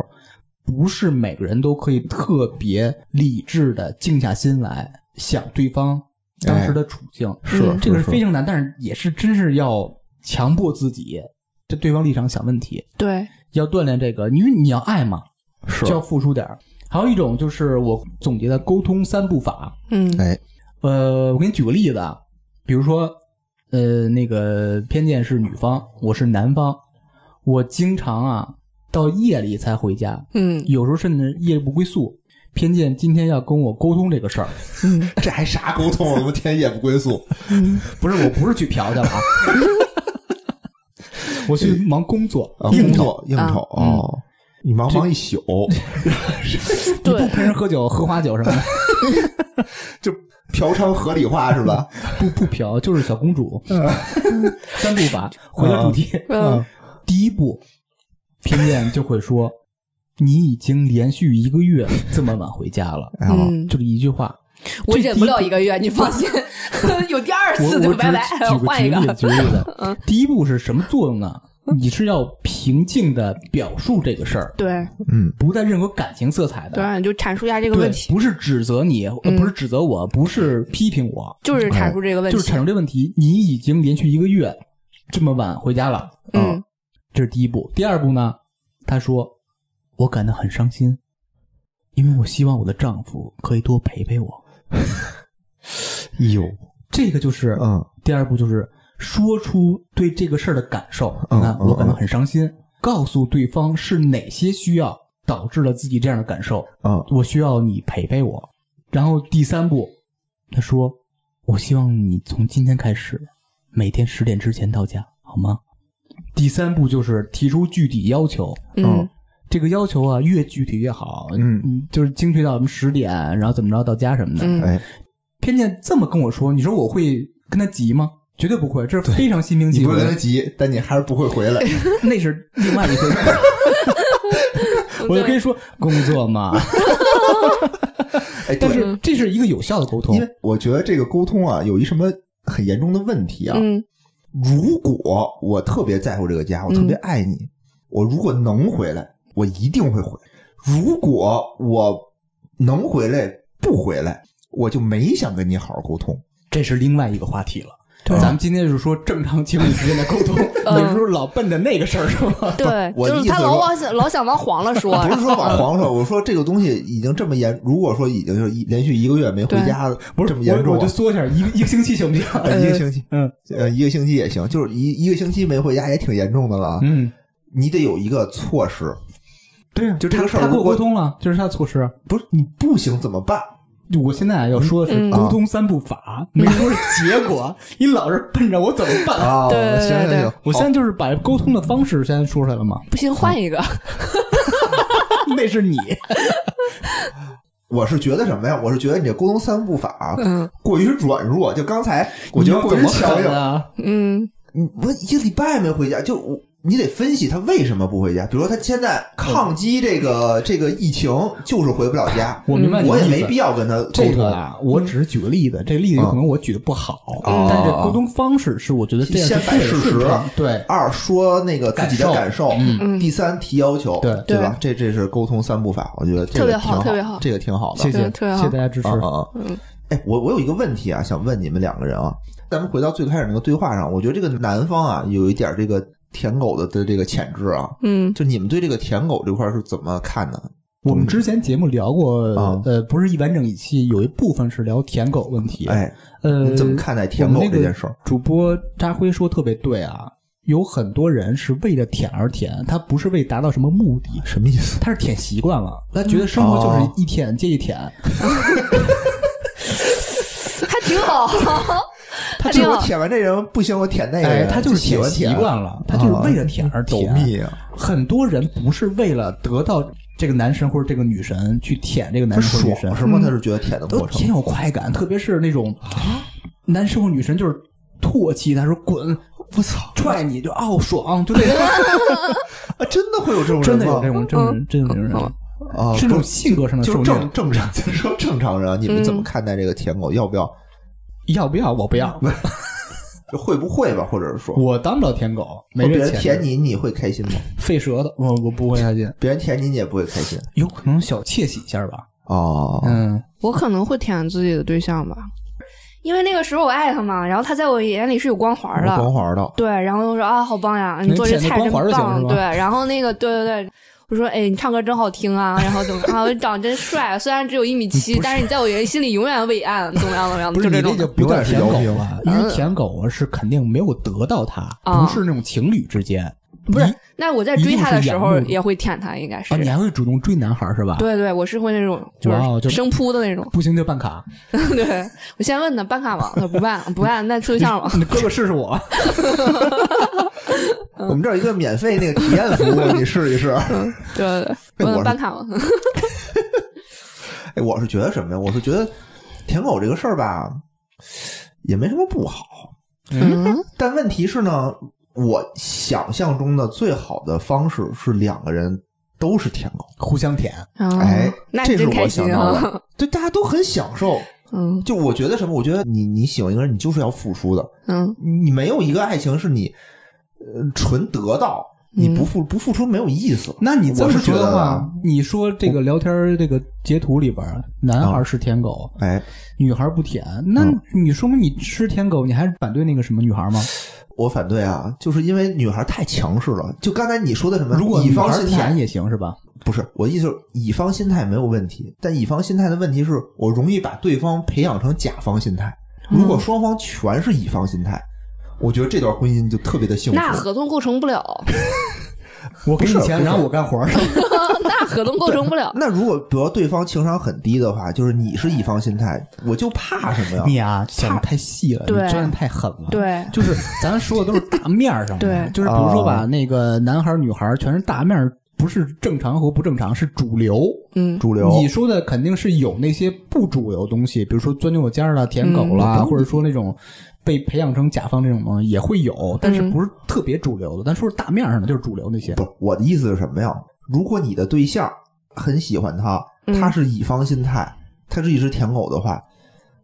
Speaker 1: 不是每个人都可以特别理智的静下心来想对方当时的处境，
Speaker 5: 是嗯
Speaker 1: 这个是非常难，但是也是真是要强迫自己在对方立场想问题，
Speaker 5: 对，
Speaker 1: 要锻炼这个，因为你要爱嘛，
Speaker 2: 是
Speaker 1: 就要付出点儿。还有一种就是我总结的沟通三步法，
Speaker 5: 嗯
Speaker 2: 哎
Speaker 1: 呃，我给你举个例子啊，比如说，呃，那个偏见是女方，我是男方，我经常啊到夜里才回家，
Speaker 5: 嗯
Speaker 1: 有时候甚至夜不归宿。偏见今天要跟我沟通这个事儿，
Speaker 5: 嗯
Speaker 2: 这还啥沟通啊？我天夜不归宿，
Speaker 1: 不是，我不是去嫖去了啊， (laughs) 我去忙工作，
Speaker 2: 啊
Speaker 1: 应
Speaker 2: 工
Speaker 1: 酬。
Speaker 2: 作应酬哦，你忙忙一宿， (laughs)
Speaker 1: 你不陪人喝酒，喝花酒什么的，
Speaker 2: 就嫖娼合理化是吧？
Speaker 1: 不 (laughs) 不嫖就是小公主。 (laughs) 三步法，嗯 (laughs) 回到主题。
Speaker 5: 嗯
Speaker 1: 第一步，偏见就会说：“你已经连续一个月这么晚回家了。
Speaker 2: 哎呀
Speaker 5: 嗯”
Speaker 1: 就这一句话，
Speaker 3: 我忍不了一个月，你放
Speaker 5: (laughs)
Speaker 3: 心，有第二
Speaker 1: 我
Speaker 3: 次
Speaker 1: 我
Speaker 3: 就
Speaker 1: 只
Speaker 3: 拜拜，换一
Speaker 1: 举个举
Speaker 3: 个嗯
Speaker 1: 例子，。举个
Speaker 3: (laughs)
Speaker 1: 例子，第一步是什么作用呢？你是要平静的表述这个事儿，
Speaker 5: 对
Speaker 2: 嗯，
Speaker 1: 不带任何感情色彩的。
Speaker 5: 对，你就阐述一下这个
Speaker 1: 对
Speaker 5: 问，题，
Speaker 1: 不是指责你，呃不是指责我，不是批评我，
Speaker 5: 就是阐述这个问
Speaker 1: 哎就是
Speaker 5: 题
Speaker 1: 产。生这问题，你已经连续一个月这么晚回家了，
Speaker 5: 嗯
Speaker 1: 啊，这是第一步。第二步呢，她说我感到很伤心，因为我希望我的丈夫可以多陪陪
Speaker 2: (laughs)
Speaker 1: 我。
Speaker 2: 有，
Speaker 1: 这个就是，
Speaker 2: 嗯
Speaker 1: 第二步就是说出对这个事儿的感受。
Speaker 2: 嗯
Speaker 1: 那
Speaker 2: 嗯
Speaker 1: 我感到很伤心，告诉对方是哪些需要导致了自己这样的感受。
Speaker 2: 嗯
Speaker 1: 我需要你陪陪我。然后第三步，他说：“我希望你从今天开始，每天十点之前到家，好吗？”第三步就是提出具体要求，
Speaker 5: 嗯，
Speaker 1: 这个要求啊越具体越好，
Speaker 2: 嗯，
Speaker 1: 就是精确到什么十点，然后怎么着到家什么的。
Speaker 5: 嗯
Speaker 2: 哎，
Speaker 1: 偏见这么跟我说，你说我会跟他急吗？绝对不会，这是非常心平
Speaker 2: 你
Speaker 1: 气
Speaker 2: 不
Speaker 1: 和
Speaker 2: 是跟他
Speaker 1: 的。
Speaker 2: 急，但你还是不会回来。
Speaker 1: 那是另外一回事。
Speaker 5: (laughs) 嗯
Speaker 1: 我就可以说工作嘛，
Speaker 2: 哎，
Speaker 1: 但
Speaker 2: 对，
Speaker 1: 是这是一个有效的沟通
Speaker 2: 因。为我觉得这个沟通啊，有一什么很严重的问题啊。
Speaker 5: 嗯
Speaker 2: 如果我特别在乎这个家，我特别爱你，
Speaker 1: 嗯
Speaker 2: 我如果能回来，我一定会回来；如果我能回来不回来，我就没想跟你好好沟通。
Speaker 1: 这是另外一个话题了。咱们今天就是说正常情侣之间的沟通，有时候老奔着那个事儿是吧？
Speaker 5: 对，
Speaker 2: 我
Speaker 5: 就是
Speaker 2: 意思
Speaker 5: 他
Speaker 2: 是
Speaker 5: 老
Speaker 2: 说
Speaker 5: 往想老想往黄了说，
Speaker 2: (laughs) 不是说往黄说，我说这个东西已经这么严，如果说已经就是一连续一个月没回家，
Speaker 1: 不是
Speaker 2: 这么 (laughs) 严
Speaker 1: 我
Speaker 2: 重
Speaker 1: 我就
Speaker 2: 啊，
Speaker 1: 缩一下，一个一个星期行不行？
Speaker 2: 呃一个星期，
Speaker 1: 嗯
Speaker 2: 呃，一个星期也行，就是一一个星期没回家也挺严重的了啊。
Speaker 1: 嗯，
Speaker 2: 你得有一个措施，
Speaker 1: 对呀，
Speaker 2: 就这
Speaker 1: 他
Speaker 2: 个事儿
Speaker 1: 他跟
Speaker 2: 如
Speaker 1: 我
Speaker 2: 果
Speaker 1: 沟通了，这是他的措施。
Speaker 2: 不是你不行怎么办？
Speaker 1: 我现在啊要说的是
Speaker 5: 嗯
Speaker 1: 沟通三步法，没说是结果， (laughs) 你老是奔着我怎么办？
Speaker 5: (laughs)
Speaker 2: 啊，
Speaker 5: 对对
Speaker 2: 行行
Speaker 5: 对
Speaker 2: 行，哦
Speaker 1: 我现在就是把沟通的方式先说出来了
Speaker 2: (laughs)
Speaker 1: 嘛，
Speaker 5: 不行换一个。
Speaker 1: 那是你。
Speaker 2: 我是觉得什么呀？我是觉得你这沟通三步法啊
Speaker 5: 嗯
Speaker 2: 过于软弱，就刚才我觉得过
Speaker 1: 怎
Speaker 2: 于
Speaker 1: 么
Speaker 2: 强
Speaker 1: 狠
Speaker 2: 硬。
Speaker 1: 啊？
Speaker 5: 嗯
Speaker 2: 你我一个礼拜没回家，就我你得分析他为什么不回家。比如说他现在抗击这个这个疫情，就是回不了家。
Speaker 1: 我明白你
Speaker 2: 嗯我
Speaker 1: 的意
Speaker 2: 也
Speaker 1: 思
Speaker 2: 没必要跟他沟
Speaker 1: 这
Speaker 2: 通
Speaker 1: 个啊，我只是举个例子，这个例子有可能我举的不好，
Speaker 2: 嗯
Speaker 1: 但是沟通方式是我觉得这样是
Speaker 2: 先摆
Speaker 1: 最
Speaker 2: 事实哦
Speaker 1: 顺畅对，
Speaker 2: 二说那个自己的感受，
Speaker 5: 嗯
Speaker 2: 第三提要求，
Speaker 1: 对
Speaker 2: 对吧？这这是沟通三步法，我觉得这个
Speaker 5: 特别
Speaker 2: 挺
Speaker 5: 好
Speaker 2: 好，
Speaker 5: 特别好
Speaker 2: 这个挺好的。
Speaker 1: 谢谢，
Speaker 5: 嗯特
Speaker 1: 谢
Speaker 5: 别好
Speaker 1: 谢大家支持。
Speaker 2: 啊啊啊！哎，我我有一个问题啊，想问你们两个人啊，咱们回到最开始那个对话上，我觉得这个男方啊有一点这个舔狗的的这个潜质啊，
Speaker 5: 嗯
Speaker 2: 就你们对这个舔狗这块儿是怎么看的？
Speaker 1: 我们之前节目聊过
Speaker 2: 啊，
Speaker 1: 呃，不是一完整一期，有一部分是聊舔狗问题。，
Speaker 2: 哎，
Speaker 1: 呃，
Speaker 2: 你怎么看待舔狗这件事儿？？
Speaker 1: 主播扎辉说特别对啊，有很多人是为了舔而舔，他不是为达到什么目的，
Speaker 2: 什么意思？
Speaker 1: 他是舔习惯了，他觉得生活
Speaker 2: 哦
Speaker 1: 就是一舔接一舔，
Speaker 5: 还挺好，
Speaker 2: 他就是我舔完这人不行，我舔那个
Speaker 1: 哎，
Speaker 2: 人，
Speaker 1: 他就是
Speaker 2: 喜
Speaker 1: 舔
Speaker 2: 欢
Speaker 1: 习
Speaker 2: 舔哦
Speaker 1: 惯了，他就是为了舔而
Speaker 2: 狗
Speaker 1: 舔。
Speaker 2: 蜜啊，
Speaker 1: 很多人不是为了得到这个男神或者这个女神去舔这个
Speaker 2: 他
Speaker 1: 男神或者
Speaker 2: 爽
Speaker 1: 女神，
Speaker 2: 是吗？他是觉得舔的
Speaker 1: 嗯都
Speaker 2: 过
Speaker 1: 挺
Speaker 2: 程，
Speaker 1: 有快感，特别是那种男生或女神就是唾弃他说滚，
Speaker 2: 我操，
Speaker 1: 踹你就哦爽，就这种，
Speaker 2: 啊真的会有这种
Speaker 1: (laughs) 真
Speaker 2: 人
Speaker 1: 的有
Speaker 2: 吗
Speaker 1: 这？种真有人真有这种
Speaker 5: 嗯
Speaker 1: 人，
Speaker 2: 啊，
Speaker 1: 是这种性格上的
Speaker 2: 就
Speaker 1: 受
Speaker 2: 正
Speaker 1: 虐。
Speaker 2: 正常， (laughs) 就是说正常人啊，你们怎么看待这个舔狗？要不要？
Speaker 1: 要不要？我不要，
Speaker 2: 就会不会吧？或者是说，
Speaker 1: 我当不了舔狗，没
Speaker 2: 哦别
Speaker 1: 人
Speaker 2: 人舔
Speaker 1: 你，
Speaker 2: 你，你会开心吗？
Speaker 1: 费舌头，我我不会开心，
Speaker 2: 别人舔你，你也不会开心
Speaker 1: 有可能小窃喜一下吧。
Speaker 2: 哦
Speaker 1: 嗯，
Speaker 5: 我可能会舔自己的对象吧，因为那个时候我爱他嘛，然后他在我眼里是有光环的，
Speaker 2: 光环的，
Speaker 5: 对，然后我说啊，好棒呀，
Speaker 1: 你
Speaker 5: 你做这
Speaker 1: 舔
Speaker 5: 菜
Speaker 1: 着
Speaker 5: 真
Speaker 1: 光环就行
Speaker 5: 棒，
Speaker 1: 是吧
Speaker 5: 对，然后那个对对对。我说，哎，你唱歌真好听啊，然后怎么啊，你长真帅，虽然只有一米七，但是你在我眼里心里永远伟岸，怎么样怎么样，
Speaker 1: 不是
Speaker 5: 就这
Speaker 1: 你
Speaker 5: 种
Speaker 1: 这就不
Speaker 2: 永
Speaker 1: 叫
Speaker 2: 远是
Speaker 1: 舔
Speaker 2: 姚
Speaker 1: 狗
Speaker 2: 明
Speaker 1: 了，因为舔狗啊是肯定没有得到他，
Speaker 5: 啊
Speaker 1: 不是那种情侣之间，
Speaker 5: 不
Speaker 1: 一
Speaker 5: 是。那我在
Speaker 1: 一
Speaker 5: 追
Speaker 1: 定
Speaker 5: 他
Speaker 1: 是
Speaker 5: 的时
Speaker 1: 仰
Speaker 5: 候
Speaker 1: 慕的
Speaker 5: 也会舔他，应该是
Speaker 1: 啊，。你还会主动追男孩是吧？，
Speaker 5: 对对，我是会那种就
Speaker 1: 哇哦就是
Speaker 5: 生扑的那种。
Speaker 1: 不行就办卡，
Speaker 5: 对我先问他办卡吗？他说不办，不办，那处对
Speaker 1: (laughs)
Speaker 5: 象吗？
Speaker 1: 你哥哥试试我。
Speaker 5: 嗯
Speaker 2: 我们这儿有一个免费那个体验服
Speaker 5: (laughs)
Speaker 2: 务，你试一试。哎
Speaker 5: 对对对，
Speaker 2: 那
Speaker 5: 问
Speaker 2: 我
Speaker 5: 他
Speaker 2: 是
Speaker 5: 办卡吗？ (laughs)
Speaker 2: 哎，我是觉得什么呀？我是觉得舔狗这个事儿吧，也没什么不好，
Speaker 5: 嗯
Speaker 2: 但问题是呢，我想象中的最好的方式是两个人都是舔狗。
Speaker 1: 互相舔，
Speaker 5: 啊
Speaker 2: 哎，
Speaker 5: 那
Speaker 2: 这
Speaker 5: 你
Speaker 2: 是
Speaker 5: 真
Speaker 2: 我
Speaker 5: 开心
Speaker 2: 想到
Speaker 5: (laughs) 啊！
Speaker 2: 的，对，大家都很享受，
Speaker 5: 嗯
Speaker 2: 就我觉得什么，我觉得你你喜欢一个人，你就是要付出的，
Speaker 5: 嗯
Speaker 2: 你没有一个爱情是你呃纯得到，你不付不付出没有意思。
Speaker 1: 嗯那你这
Speaker 2: 我
Speaker 1: 么
Speaker 2: 是
Speaker 1: 说
Speaker 2: 觉得
Speaker 1: 的
Speaker 2: 啊
Speaker 1: 话，，你说这个聊天儿这个截图里边儿，男
Speaker 2: 啊
Speaker 1: 孩是舔狗，
Speaker 2: 哎，
Speaker 1: 女孩不舔，那
Speaker 2: 嗯
Speaker 1: 你说明你吃舔狗，你还反对那个什么女孩吗？
Speaker 2: 我反对啊，就是因为女孩太强势了。就刚才你说的什么，
Speaker 1: 如果
Speaker 2: 乙
Speaker 1: 女
Speaker 2: 方
Speaker 1: 孩
Speaker 2: 心态
Speaker 1: 舔也行是吧？
Speaker 2: 不是我的意思，是乙方心态没有问题，但乙方心态的问题是我容易把对方培养成甲方心态。
Speaker 1: 哦
Speaker 2: 如果双方全是乙方心态，我觉得这段婚姻就特别的幸福。
Speaker 5: 那合同构成不了， (laughs)
Speaker 1: 我给你
Speaker 2: 不是不
Speaker 1: 钱，
Speaker 2: 是
Speaker 1: 然后我干活
Speaker 2: (laughs)
Speaker 1: 儿，
Speaker 5: 那合同构成不了。 (laughs)
Speaker 2: 那如果比如说对方情商很低的话，就是你是乙方心态，我就怕什么呀？
Speaker 1: 你啊想的太细了，你
Speaker 5: 对
Speaker 1: 钻的太狠了。
Speaker 5: 对
Speaker 1: 就是咱说的都是大面儿上的，
Speaker 5: 对
Speaker 1: 就是比如说吧，
Speaker 2: 哦
Speaker 1: 那个男孩儿女孩儿全是大面儿，不是正常和不正常，是主流。
Speaker 5: 嗯
Speaker 2: 主流，
Speaker 1: 你说的肯定是有那些不主流东西，比如说钻牛角尖儿了、舔狗啦，或者说那种被培养成甲方这种嘛，也会有，但是不是特别主流的。咱说是大面儿上的，就是主流那些。
Speaker 2: 不，我的意思是什么呀？如果你的对象很喜欢他，他是乙方心态，他是一只舔狗的话，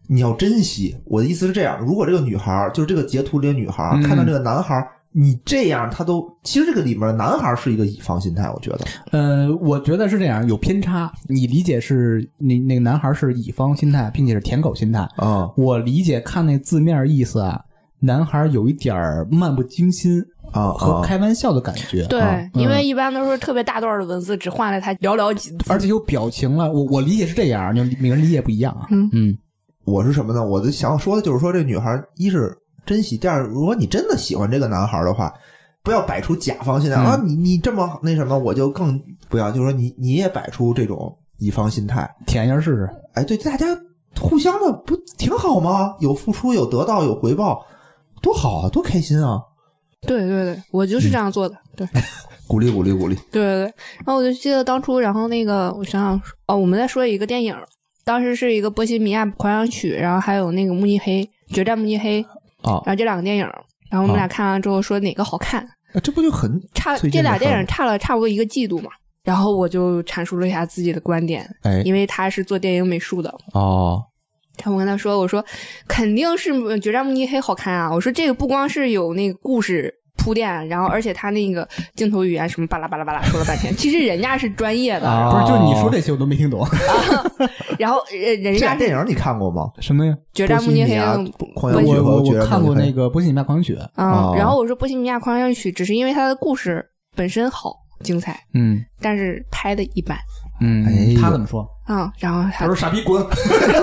Speaker 2: 你要珍惜。我的意思是这样：如果这个女孩儿，就是这个截图里的女孩儿，
Speaker 1: 嗯
Speaker 2: 看到这个男孩儿，你这样，他都其实这个里面的男孩儿是一个乙方心态，我觉得
Speaker 1: 呃，我觉得是这样，有偏差。你理解是那那个男孩是乙方心态，并且是舔狗心态。
Speaker 2: 啊
Speaker 1: 我理解看那字面意思啊，男孩有一点儿漫不经心
Speaker 2: 啊
Speaker 1: 和
Speaker 2: 啊！
Speaker 1: 开玩笑的感觉，嗯
Speaker 5: 对
Speaker 2: 啊，
Speaker 5: 因为一般都是特别大段的文字，只换了他寥寥几字。
Speaker 1: 而且有表情了。我我理解是这样，你每个人理解不一样啊。
Speaker 5: 嗯
Speaker 1: 嗯
Speaker 2: 我是什么呢？我的想要说的就是说，这女孩儿一是珍惜，第二，如果你真的喜欢这个男孩儿的话。不要摆出甲方心态、啊！你你这么那什么，我就更不要，就是说你你也摆出这种乙方心态，
Speaker 1: 舔一下试试。
Speaker 2: 哎，对，大家互相的不挺好吗？有付出，有得到，有回报，多好啊，多开心啊！
Speaker 5: 对对对，我就是这样做的。对对
Speaker 2: 鼓励鼓励鼓励，
Speaker 5: 对对。然后我就记得当初，然后那个我想想，哦，我们在说一个电影，当时是一个《波西米亚狂想曲》，然后还有那个《慕尼黑决战慕尼黑》
Speaker 2: 啊
Speaker 5: 然后这两个电影，然后我们俩看完之后说哪个好看，
Speaker 2: 啊这不就很
Speaker 5: 差
Speaker 2: 最
Speaker 5: 这
Speaker 2: 近的
Speaker 5: 俩电
Speaker 2: 事儿
Speaker 5: 影
Speaker 2: 吗
Speaker 5: 差了差不多一个季度嘛。然后我就阐述了一下自己的观点，
Speaker 2: 哎
Speaker 5: 因为他是做电影美术的，
Speaker 2: 哦
Speaker 5: 然后我跟他说：“我说肯定是呃《决战慕尼黑》好看啊！我说这个不光是有那个故事铺垫，然后而且他那个镜头语言什么巴拉巴拉巴拉说了半
Speaker 2: (laughs)
Speaker 5: 天，其实人家是专业
Speaker 2: 啊
Speaker 5: 的，
Speaker 1: 不是，就是你说这些我都没听 (laughs) 懂。
Speaker 5: 然后呃人
Speaker 2: 这
Speaker 5: 家
Speaker 2: 俩
Speaker 5: 是《
Speaker 2: 电影你看过吗？
Speaker 1: 什么呀？
Speaker 5: 决战慕尼黑》
Speaker 2: 啊
Speaker 5: 的，
Speaker 2: 狂
Speaker 1: 我
Speaker 2: 想曲
Speaker 1: 我
Speaker 2: 和决
Speaker 1: 我
Speaker 2: 战
Speaker 1: 看
Speaker 2: 慕
Speaker 1: 过
Speaker 2: 尼黑
Speaker 1: 那个《波西米亚狂想曲》，
Speaker 5: 啊、
Speaker 2: 哦
Speaker 5: 然后我说《波西米亚狂想曲》只是因为它的故事本身好精彩，
Speaker 1: 嗯
Speaker 5: 但是拍的一般
Speaker 1: 嗯，
Speaker 2: 哎呦
Speaker 1: 他怎么说？
Speaker 5: 啊、然后他
Speaker 1: 傻逼滚！
Speaker 5: (laughs)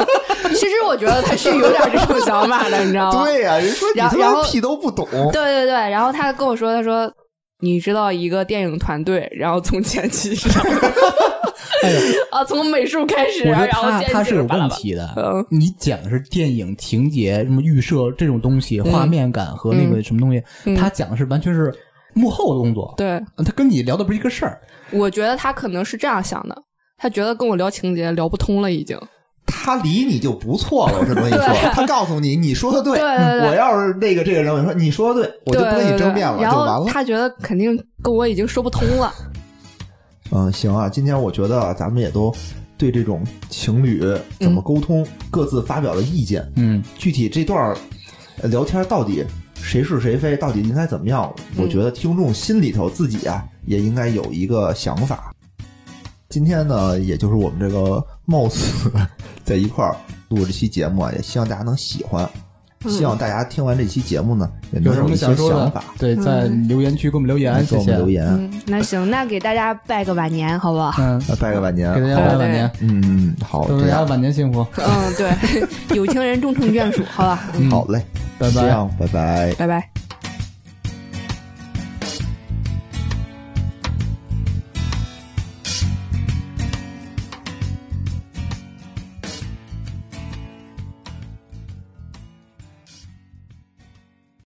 Speaker 5: 其实我觉得他是有点这种想法的，你知道吗？
Speaker 2: 对呀、人说你
Speaker 5: 哦然
Speaker 2: 他
Speaker 5: 然
Speaker 2: 妈
Speaker 5: 后
Speaker 2: 屁都不懂，
Speaker 5: 对对对，然后他跟我说，他说你知道一个电影团队，然后从前期是啥
Speaker 1: 哎呀，
Speaker 5: (laughs) 啊，从美术开始，
Speaker 1: 我觉得
Speaker 5: 然后
Speaker 1: 他
Speaker 5: 前期
Speaker 1: 他是有
Speaker 5: 巴拉
Speaker 1: 问
Speaker 5: 巴拉。
Speaker 1: 题的。
Speaker 5: 嗯，
Speaker 1: 你讲的是电影情节、什么预设这种东西，画面感和那个什么东西，
Speaker 5: 嗯
Speaker 1: 他讲的是完全是幕后的工作，
Speaker 5: 对，
Speaker 1: 他跟你聊的不是一个事儿。
Speaker 5: 我觉得他可能是这样想的，他觉得跟我聊情节聊不通了，已经。
Speaker 2: 他理你就不错了。我这么跟
Speaker 5: (laughs)
Speaker 2: 你说，他告诉你你说的对，
Speaker 5: 对对对
Speaker 2: 我要是那个这个人，我说你说的对，我就
Speaker 5: 对
Speaker 2: 不跟
Speaker 5: 对
Speaker 2: 你
Speaker 5: 对
Speaker 2: 争辩了，
Speaker 5: 然
Speaker 2: 就完
Speaker 5: 后
Speaker 2: 了。
Speaker 5: 他觉得肯定跟我已经说不通了。
Speaker 2: 嗯，行啊，今天我觉得啊咱们也都对这种情侣怎
Speaker 5: 嗯
Speaker 2: 么沟通，各自发表了意见。
Speaker 1: 嗯，
Speaker 2: 具体这段儿呃聊天到底谁是谁非，到底应该怎么样？我觉得听众心里头自己啊也应该有一个想法。今天呢，也就是我们这个貌似在一块儿录这期节目啊，也希望大家能喜欢。希望大家听完这期节目呢，也
Speaker 1: 嗯有
Speaker 2: 能
Speaker 1: 什么
Speaker 2: 一些
Speaker 1: 想说
Speaker 2: 想
Speaker 1: 的
Speaker 2: 法，？
Speaker 1: 对，在留言区给我们留言，
Speaker 2: 来给
Speaker 1: 谢
Speaker 2: 我
Speaker 1: 谢
Speaker 2: 们。留言，
Speaker 5: 嗯，那行，那给大家拜个晚年，好不好？
Speaker 1: 嗯，
Speaker 2: 呃拜个晚年，
Speaker 1: 给大家拜晚年，
Speaker 2: 嗯，好，
Speaker 1: 祝
Speaker 2: 这
Speaker 1: 大
Speaker 2: 样
Speaker 1: 家晚年幸福，
Speaker 5: (laughs) 嗯，对，有情人终成眷属，好吧？嗯
Speaker 1: 嗯
Speaker 2: 好嘞，
Speaker 1: 拜
Speaker 2: 这
Speaker 1: 拜。
Speaker 2: 样，拜拜。
Speaker 5: 拜拜。